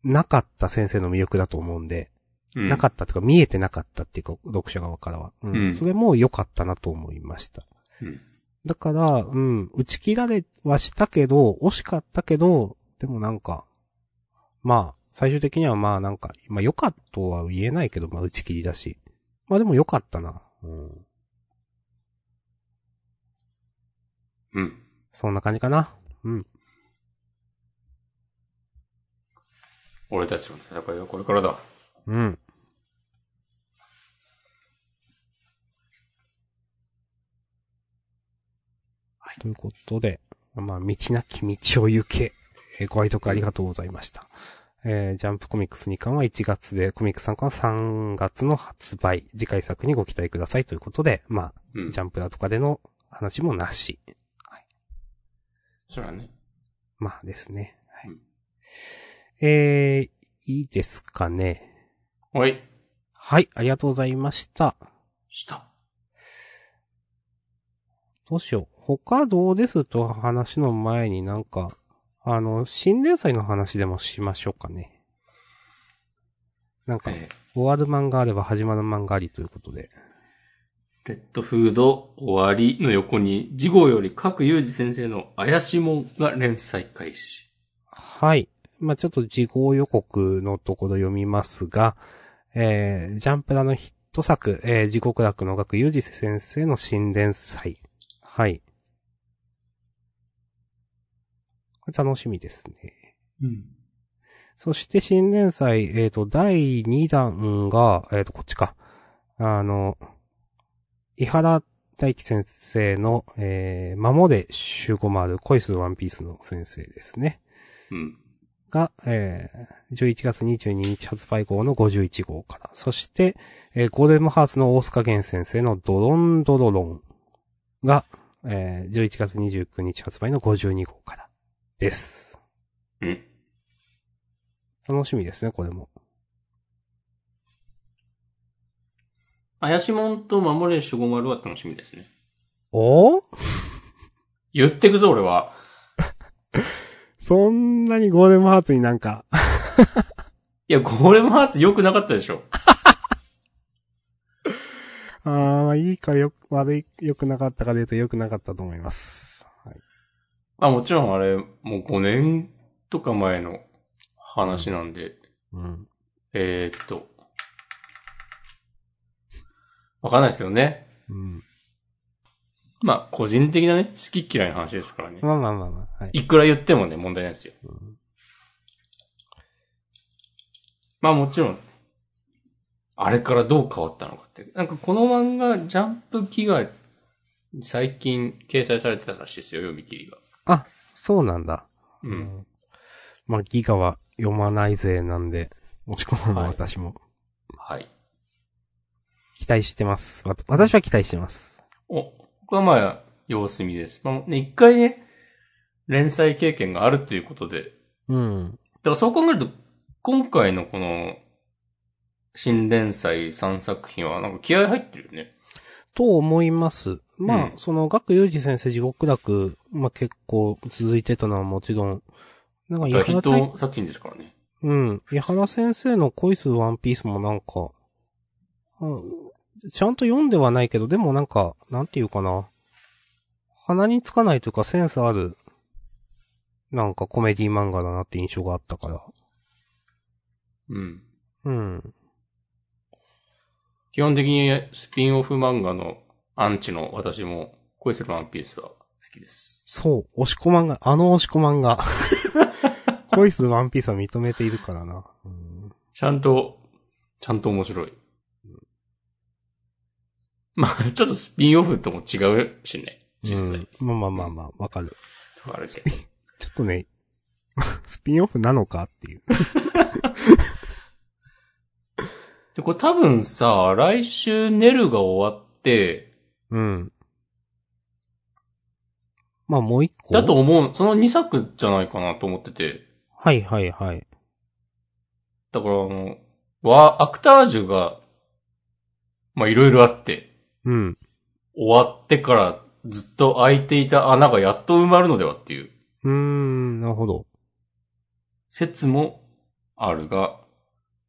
なかった先生の魅力だと思うんで、
うん。
なかったというか、見えてなかったっていうか、読者側からは。うん。
うん
それも良かったなと思いました。
うん。
だから、うん、打ち切られはしたけど、惜しかったけど、でもなんか、まあ、最終的にはまあなんか、まあ良かったとは言えないけど、まあ打ち切りだし。まあでも良かったな。うん。
うん。
そんな感じかな。うん。
俺たちの戦いはこれからだ。
うん。ということで、まあ、道なき道を行け。えーご愛読ありがとうございました。えージャンプコミックス2巻は1月で、コミックス3巻は3月の発売。次回作にご期待くださいということで、まあ、
うん。
ジャンプだとかでの話もなし。
そらね。
まあですね。はい
うん
えー、いいですかね。
はい。
はい、ありがとうございました。
した。
どうしよう。他どうですと話の前になんか、あの、新連載の話でもしましょうかね。なんか、
え
終わる漫画あれば始まる漫画ありということで。
ーレッドフード終わりの横に、次号より各裕二先生の怪しもんが連載開始。
はい。まあ、ちょっと事後予告のところ読みますが、えー、ジャンプラのヒット作、えー、地獄楽の学裕二先生の新連載。はい。これ楽しみですね。
うん。
そして新連載、えっ、と、第2弾が、えっ、と、こっちか。あの、伊原大樹先生の、えー、守れ集合丸恋するワンピースの先生ですね。
うん。
が、えー、11月22日発売号の51号から。そして、えーゴーデムハースの大塚源先生のドロンドロロンが、えー、11月29日発売の52号からです。
うん。
楽しみですね、これも。
怪しもんと守れ守護丸は楽しみですね。
おー
言ってくぞ、俺は。
そんなにゴーデムハーツになんか、
いや、ゴーレムハーツ良くなかったでしょ。
あーまあ、いいかよく、悪い、良くなかったかで言うと良くなかったと思います。はい。
あ、もちろんあれ、もう5年とか前の話なんで、
うん。
えー、っと。わかんないですけどね。
うん。
まあ、個人的なね、好き嫌いの話ですからね。
まあまあまあまあ、はい。
いくら言ってもね、問題ないですよ。
うん
まあもちろん、あれからどう変わったのかって。なんかこの漫画、ジャンプ期が最近掲載されてたらしいですよ、読み切りが。
あ、そうなんだ。
うん。
まあ、ギガは読まないぜなんで、落ち込むのは私も。
はい。
期待してます。わた私は期待してます。
お、僕はまあ、様子見です。まあね、一回ね、連載経験があるということで、
うん。
だからそう考えると、今回のこの、新連載3作品はなんか気合入ってるよね。
と思います。まあ、
うん
その、学友二先生地獄楽、まあ結構続いてたのはもちろん、なんか、
だからヒ
原
ッ
大
ト作品ですからね。
うん。矢原先生の恋するワンピースもなんか、うん、ちゃんと読んではないけど、でもなんか、なんていうかな。鼻につかないというかセンスある、なんかコメディ漫画だなって印象があったから。
うん。
うん。
基本的にスピンオフ漫画のアンチの私も恋するワンピースは好きです。
そう、押し子漫画、あの押し子漫 画。恋するワンピースは認めているからな。うん
ちゃんと、ちゃんと面白い。まあ、ちょっとスピンオフとも違うしね。実際。
うんまあまあまあまあ、わかる。
あるけど。
ちょっとね、 スピンオフなのかっていう。
で、これ多分さ、来週ネルが終わって、
うん。まあもう一個。
だと思う、その2作じゃないかなと思ってて。
はいはいはい。
だからあの、わ、アクタージュが、まあ、いろいろあって、
うん。
終わってからずっと空いていた穴がやっと埋まるのではっていう
うーん、なるほど。
説もあるが、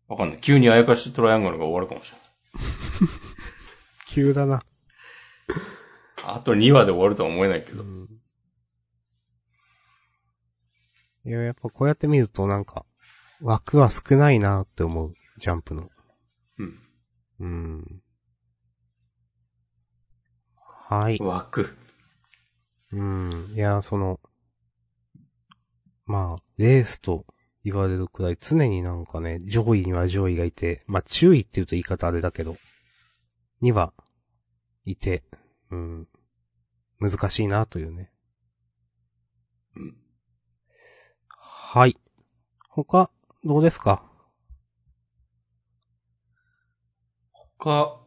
わかんない。急にあやかしトライアングルが終わるかもしれ
急だな。
ない。あと2話で終わるとは思えないけど。
いや、やっぱこうやって見るとなんか、枠は少ないなって思う。ジャンプの。
うん。
うん。はい。
枠。
うん。いや、その、まあ、レースと言われるくらい常になんかね、上位には上位がいて、まあ注意って言うと言い方あれだけど、には、いて、うん。難しいなというね。
うん
はい。他、どうですか
他、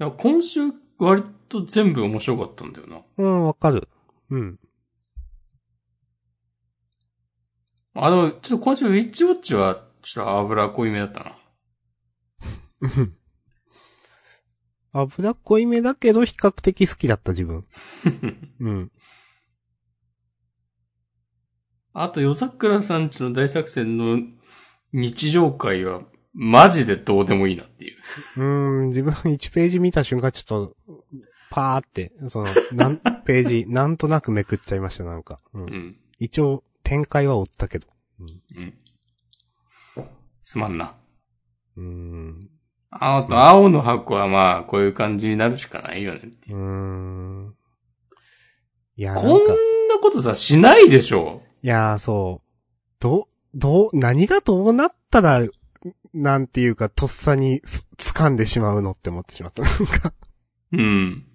いや、今週割と全部面白かったんだよな。
うん、わかる。うん。
あの、ちょっと今週ウィッチウォッチは、ちょっと油濃いめだったな。
脂っこい目だけど比較的好きだった自分。うん。
あと、夜桜さんちの大作戦の日常会は、マジでどうでもいいなっていう。
うーん、自分1ページ見た瞬間ちょっと、パーって、その、 なん、ページ、なんとなくめくっちゃいました、なんか。う。
うんん。
一応、展開は追ったけど。
うん。すまんな。
うーん。
あ
す
と、
まん
青の箱はまあ、こういう感じになるしかないよねって
う
いう。
ーん。いや、な
こ
ん
ん
か、
なことさ、しないでしょ。
いやー、そう。ど、どう、何がどうなったら、なんていうか、とっさにす掴んでしまうのって思ってしまった。 なんか、
うん。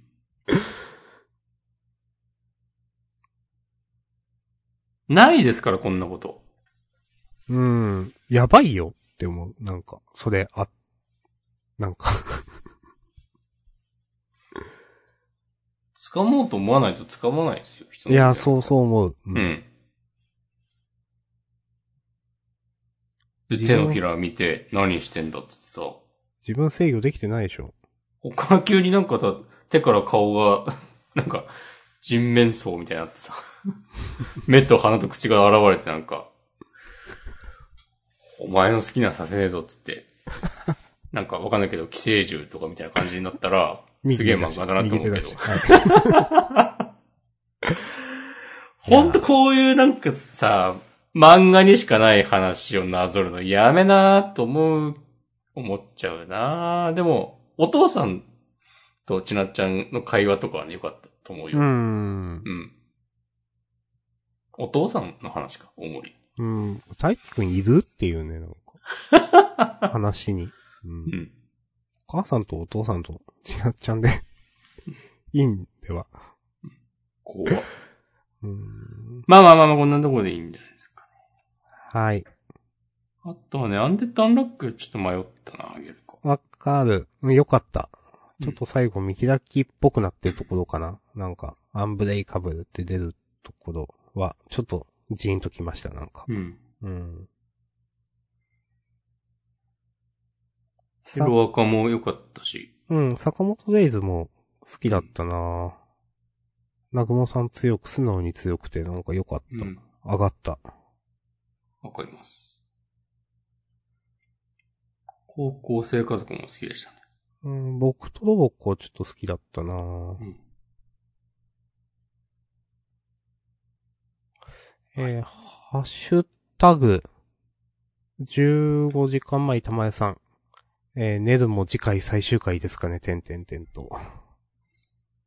ないですから、こんなこと。
うーん、やばいよって思う。なんか、それ、あ、なんか、
掴もうと思わないと掴まないですよ、人
いやー、そうそう思う。う
う。
ん
うん。で、
自
手
分
のひら見て、何してんだって言ってさ、
自分制御できてないでしょ。
ここから急になんかさ、手から顔が、 なんか、人面相みたいになってさ、 目と鼻と口が現れてなんか、お前の好きなさせねえぞっつって、なんかわかんないけど、寄生獣とかみたいな感じになったら、すげえ漫画だなと思うけど
右手。だしはい
ほんとこういうなんかさ、漫画にしかない話をなぞるのやめなーと思う、思っちゃうなーでも、お父さんとちなっちゃんの会話とかはね、よかったと思うよ。
うー
う
ん。
ん。お父さんの話か、おもり。
うん。大輝くんいるっていうね、なん か。話に。うん
うん。
お母さんとお父さんとちなっちゃんで、 いいんでは。
こうは。
うーん
まあまあまあまあ、こんなとこでいいんじゃないですかね。
はい。
あとはね、アンデッドアンラックちょっと迷ったな、あげるか。
わかる。うんよかった。ちょっと最後見開きっぽくなってるところかな。なんか、アンブレイカブルって出るところは、ちょっとジーンときました、なんか。
うん。
うん。
セロアカも良かったし。
うん、坂本デイズも好きだったなぁ。南雲さん強く、素直に強くて、なんか良かった。
うん。
上がった。
わかります。高校生家族も好きでしたね。
うん、僕とロボコちょっと好きだったなぁ。
うん。
えーハッシュタグ、15時間前玉江さん。えー、ネルも次回最終回ですかね、てんてんてんと。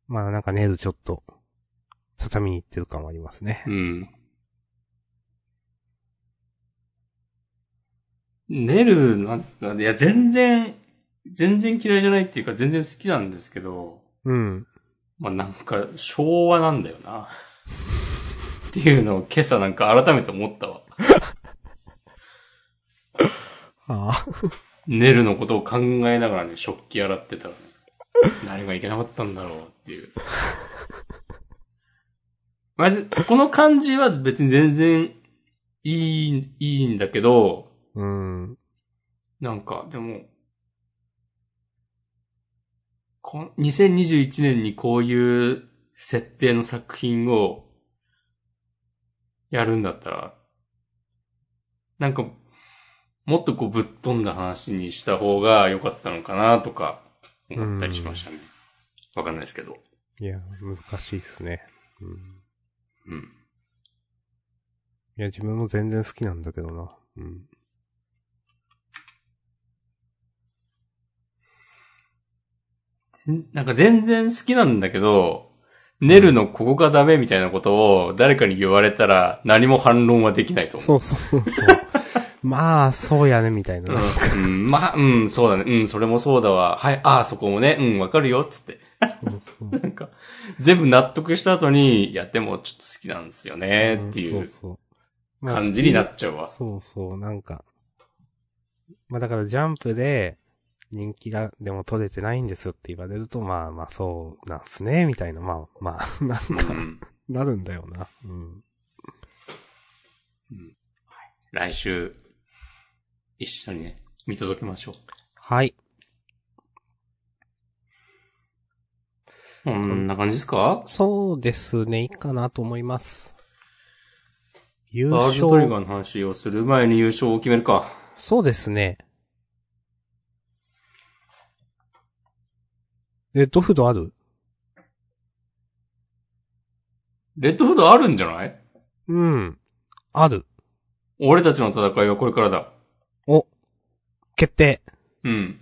まあなんかネルちょっと、畳に行ってる感はありますね。
うん。寝る、なんか、いや、全然、全然嫌いじゃないっていうか、全然好きなんですけど、
うん。
まあ、なんか、昭和なんだよな。っていうのを今朝なんか改めて思ったわ。
あ
寝るのことを考えながらね、食器洗ってたらね、何がいけなかったんだろうっていう。まず、この感じは別に全然いい、いいんだけど、
うん。
なんか、でも、こん2021年にこういう設定の作品をやるんだったら、なんか、もっとこうぶっ飛んだ話にした方が良かったのかなとか思ったりしましたね。わかんないですけど。
いや、難しいっすね。う
う
ん。
ん。
いや、自分も全然好きなんだけどな。うん。
んなんか全然好きなんだけど、ネルのここがダメみたいなことを誰かに言われたら何も反論はできないと思う。
そうそうそう。 まあ、そうやね、みたいな。
うんうん、まあ、うん、そうだね。うん、それもそうだわ。はい、ああ、そこもね、うん、わかるよ、つって。
そうそう
なんか、全部納得した後に、いや、でもちょっと好きなんですよね、っていう。
んそうそう。まあ
感じになっちゃうわ。
そうそう、なんか。まあだからジャンプで人気がでも取れてないんですよって言われると、まあまあそうなんすね、みたいな、まあまあ、なん
う
か、
ん。
なるんだよな。うん。
来週、一緒にね、見届けましょう。
はい。
こんな感じですか
そうですね、いいかなと思います。優
バールトリガ
勝。
ーの話をする前に優勝を決めるか。
そうですね。レッドフードある
レッドフードあるんじゃない
うん。ある。
俺たちの戦いはこれからだ。
お。決定。
うん。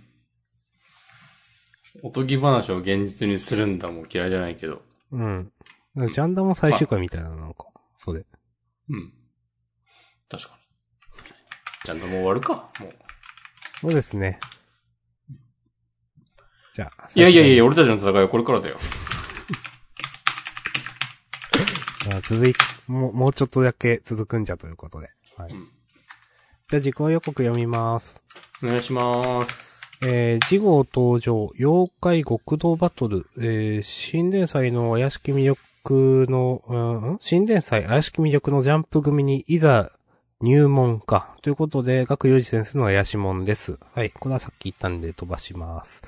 おとぎ話を現実にするんだもん嫌いじゃないけど。
うん。ジャンダも最終回みたいな、なんか、それ。
うん。確かに。ちゃんともう終わるか。もう。
そうですね。じゃあ。
いやいやい
や。
や、俺たちの戦いはこれからだよ。
まあ続い、もう、もうちょっとだけ続くんじゃということで。はい。
うん
じゃあ、時効予告読みます。
お願いします。
えー、次号登場、妖怪極道バトル、えー、新伝祭の怪しき魅力の、うんん新伝祭怪しき魅力のジャンプ組にいざ入門か。ということで、学友二先生の怪しもんです。はい。これはさっき言ったんで飛ばします。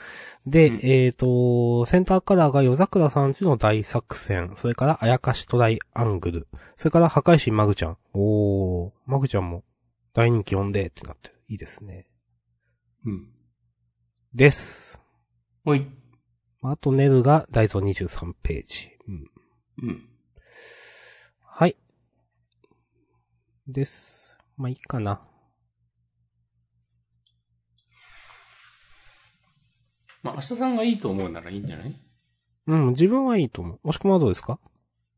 で、
うん
えっ、と、センターカラーが夜桜さんちの大作戦。それから、あやかしトライアングル。それから、破壊神マグちゃん。おー、マグちゃんも大人気呼んでってなってる。いいですね。
うん。
です。
ほい。
まああと、ネルがダイソー23ページ。うん。
うん。
はい。です。まあ、いいかな。
まあ、明日さんがいいと思うならいいんじゃない
うん、自分はいいと思う。もしくはどうですか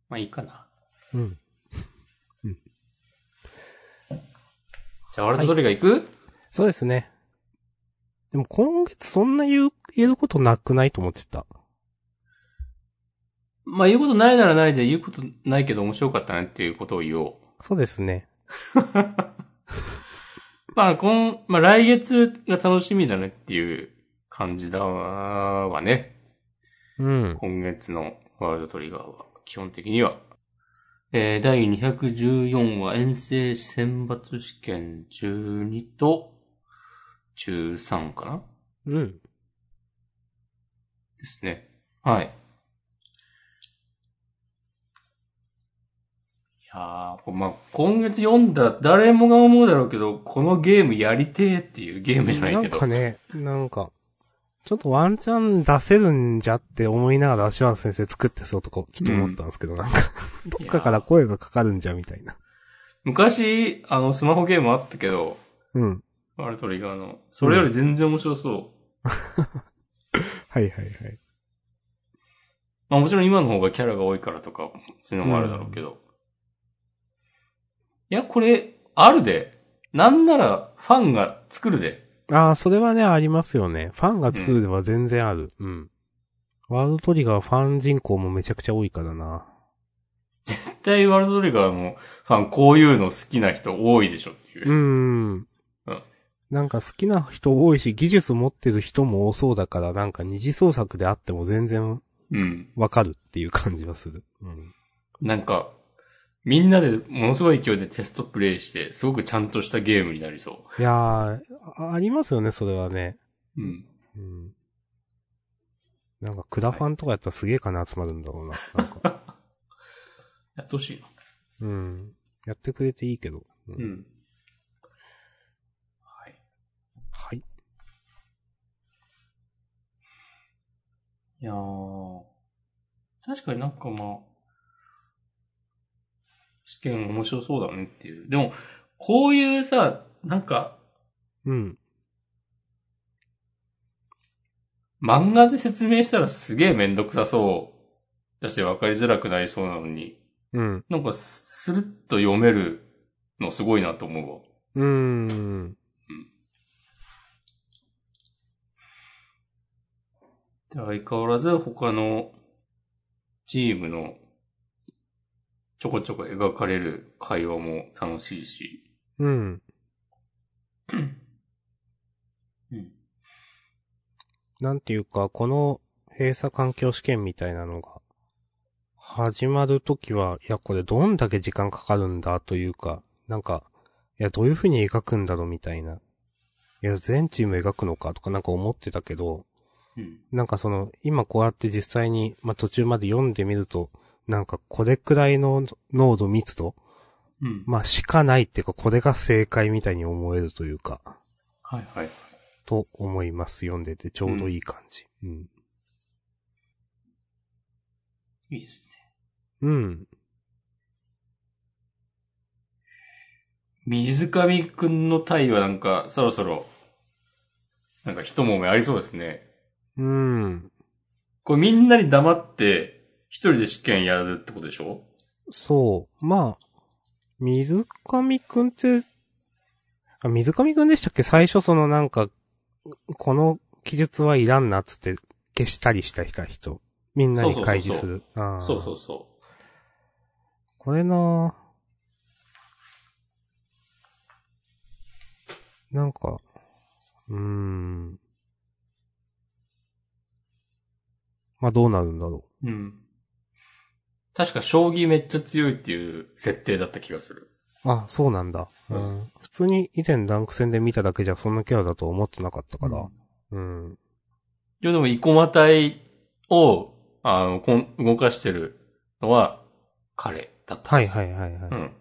まあいいかな。
うん。
じゃあ、ワールドトリガー行く、
そうですね。でも今月そんな言う、言えることなくないと思ってた。
まあ言うことないならないで言うことないけど面白かったねっていうことを言おう。
そうですね。
まあ今、まあ来月が楽しみだねっていう感じだわわね。
うん。
今月のワールドトリガーは、基本的には。えー、第214話遠征選抜試験12と13かな
うん。
ですね。はい。いやー、まあ、今月読んだ、誰もが思うだろうけど、このゲームやりてーっていうゲームじゃない
な
け
ん
ど。
かね、なんか、ちょっとワンチャン出せるんじゃって思いながら足原先生作ってそうとこ、ちょっと思ったんですけど、なんか、どっかから声がかかるんじゃみたいな。
昔、あの、スマホゲームあったけど、
うん。
ワールドトリガーの。それより全然面白そう。
はいはいはい。
まあもちろん今の方がキャラが多いからとか、そういうのもあるだろうけど。いや、これ、あるで。なんなら、ファンが作るで。
ああ、それはね、ありますよね。ファンが作るでは全然ある。うん。ワールドトリガーはファン人口もめちゃくちゃ多いからな。
絶対ワールドトリガーのファン、こういうの好きな人多いでしょっていう
う。ん。
うん
なんか好きな人多いし、技術持ってる人も多そうだから、なんか二次創作であっても全然
うん。
わかるっていう感じはする。うん。
なんか、みんなでものすごい勢いでテストプレイして、すごくちゃんとしたゲームになりそ
いやー、あありますよね、それはね。
う。うん。
うん。なんかクラファンとかやったらすげえ金集まるんだろうな。なん か。
やってほしいな。
うん。やってくれていいけど。うん
ん。はい。
はい。
いやー。確かになんかまあ、試験面白そうだねっていう。でも、こういうさ、なんか、
うん。
漫画で説明したらすげえめんどくさそう。だし分かりづらくなりそうなのに、
うん。
なんかスルッと読めるのすごいなと思うわ。
うーん。
で、相変わらず他のチームのちょこちょこ描かれる会話も楽しいし、
うん。
うん。
なんていうか、この閉鎖環境試験みたいなのが、始まるときは、いや、これどんだけ時間かかるんだというか、なんか、いや、どういう風に描くんだろうみたいな。いや、全チーム描くのかとかなんか思ってたけど、
うん。
なんかその、今こうやって実際に、まあ、途中まで読んでみると、なんかこれくらいの濃度密度
うん。
まあ、しかないっていうか、これが正解みたいに思えるというか、
はいはい。
と思います。読んでてちょうどいい感じ。うん。
いいですね。
うん。
水上くんの対はなんか、そろそろ、なんか一揉めありそうですね。
うん。
これみんなに黙って、一人で試験やるってことでしょ
そう。まあ、水上くんって、あ、水上くんでしたっけ最初そのなんか、この記述はいらんなっつって消したりした人。みんなに開示する。ああ
そうそうそ
これななんか、うーん。まあどうなるんだろ
う。うん。確か将棋めっちゃ強いっていう設定だった気がする。
う。あ、そうなんだ。う
うん
ん。普通に以前ダンク戦で見ただけじゃそんなキャラだと思ってなかったから。うん。
いやでも、イコマ隊を、あの、こん動かしてるのは、彼だったん
は
で
い
す。
はいはいはい。
うん。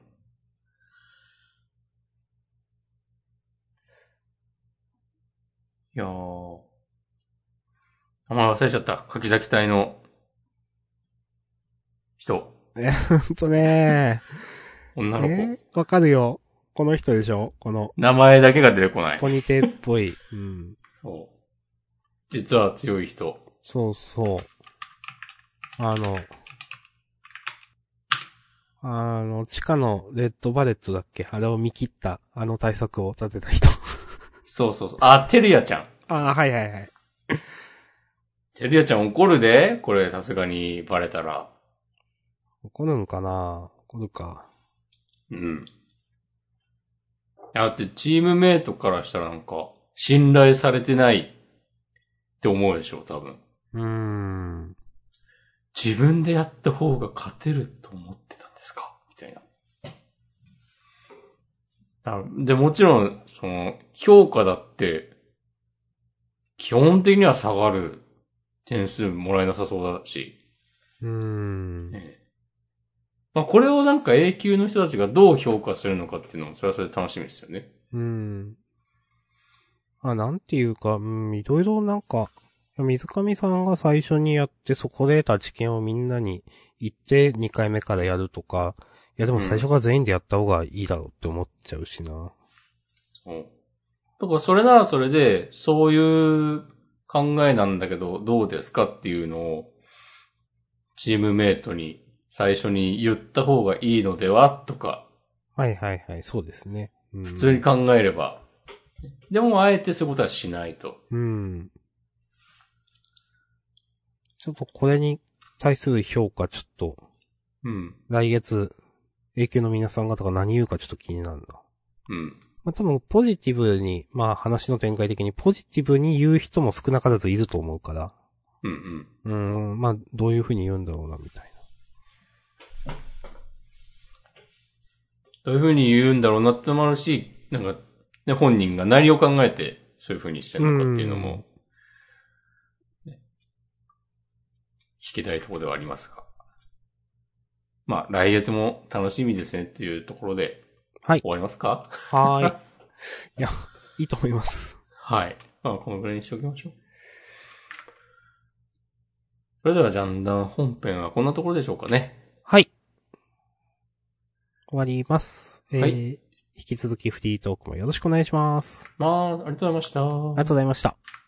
いやー。名前忘れちゃった。柿崎隊の人。
ほんと ね
女の子。
えーわかるよ。この人でしょこの、
名前だけが出てこない
ポ。ニテっぽい。 うん。
そう実は強い人。
そうそう。あの、あの、地下のレッドバレットだっけあれを見切った、あの対策を立てた人。
そうそうそう。あ、てるやちゃん。
ああ、はいはいはい。
てるやちゃん怒るでこれさすがにバレたら。
怒るんかな怒るか。
うん。だってチームメイトからしたらなんか、信頼されてないって思うでしょ、多分。
うーん。
自分でやった方が勝てると思ってたんですかみたいな。だで、もちろん、その、評価だって、基本的には下がる点数もらえなさそうだし、
うーん。
ねまあこれをなんか A 級の人たちがどう評価するのかっていうのも、それはそれで楽しみですよね。
うん。あ、なんていうか、うん、いろいろなんか、水上さんが最初にやって、そこで得た知見をみんなに言って、2回目からやるとか、いやでも最初から全員でやった方がいいだろうって思っちゃうしな。
うん。だからそれならそれで、そういう考えなんだけど、どうですかっていうのを、チームメイトに最初に言った方がいいのではとか、
はいはいはい、そうですね。うん、
普通に。考えれば。でも、あえてそういうことはしないと。
うん。ちょっとこれに対する評価、ちょっと、
うん。
来月、永久の皆さん方が何言うかちょっと気になるな。
うん。
まあ、多分ポジティブに、まあ話の展開的にポジティブに言う人も少なからずいると思うから、
うんうん。
うーん、まあどういう風に言うんだろうな、みたい
どういうふうに言うんだろうなってのもあるし、なんか、ね、本人が何を考えて、そういうふうにしてるのかっていうのも、
うん
ね聞きたいところではありますが。まあ、来月も楽しみですねっていうところで、
はい
終わりますか
な。はー い。いや、いいと思います。
はい。まあ、このぐらいにしておきましょう。それでは、ジャンダン本編はこんなところでしょうかね。
はい。終わります。えー
はい
引き続きフリートークもよろしくお願いします。
まあ、ありがとうございました。
ありがとうございました。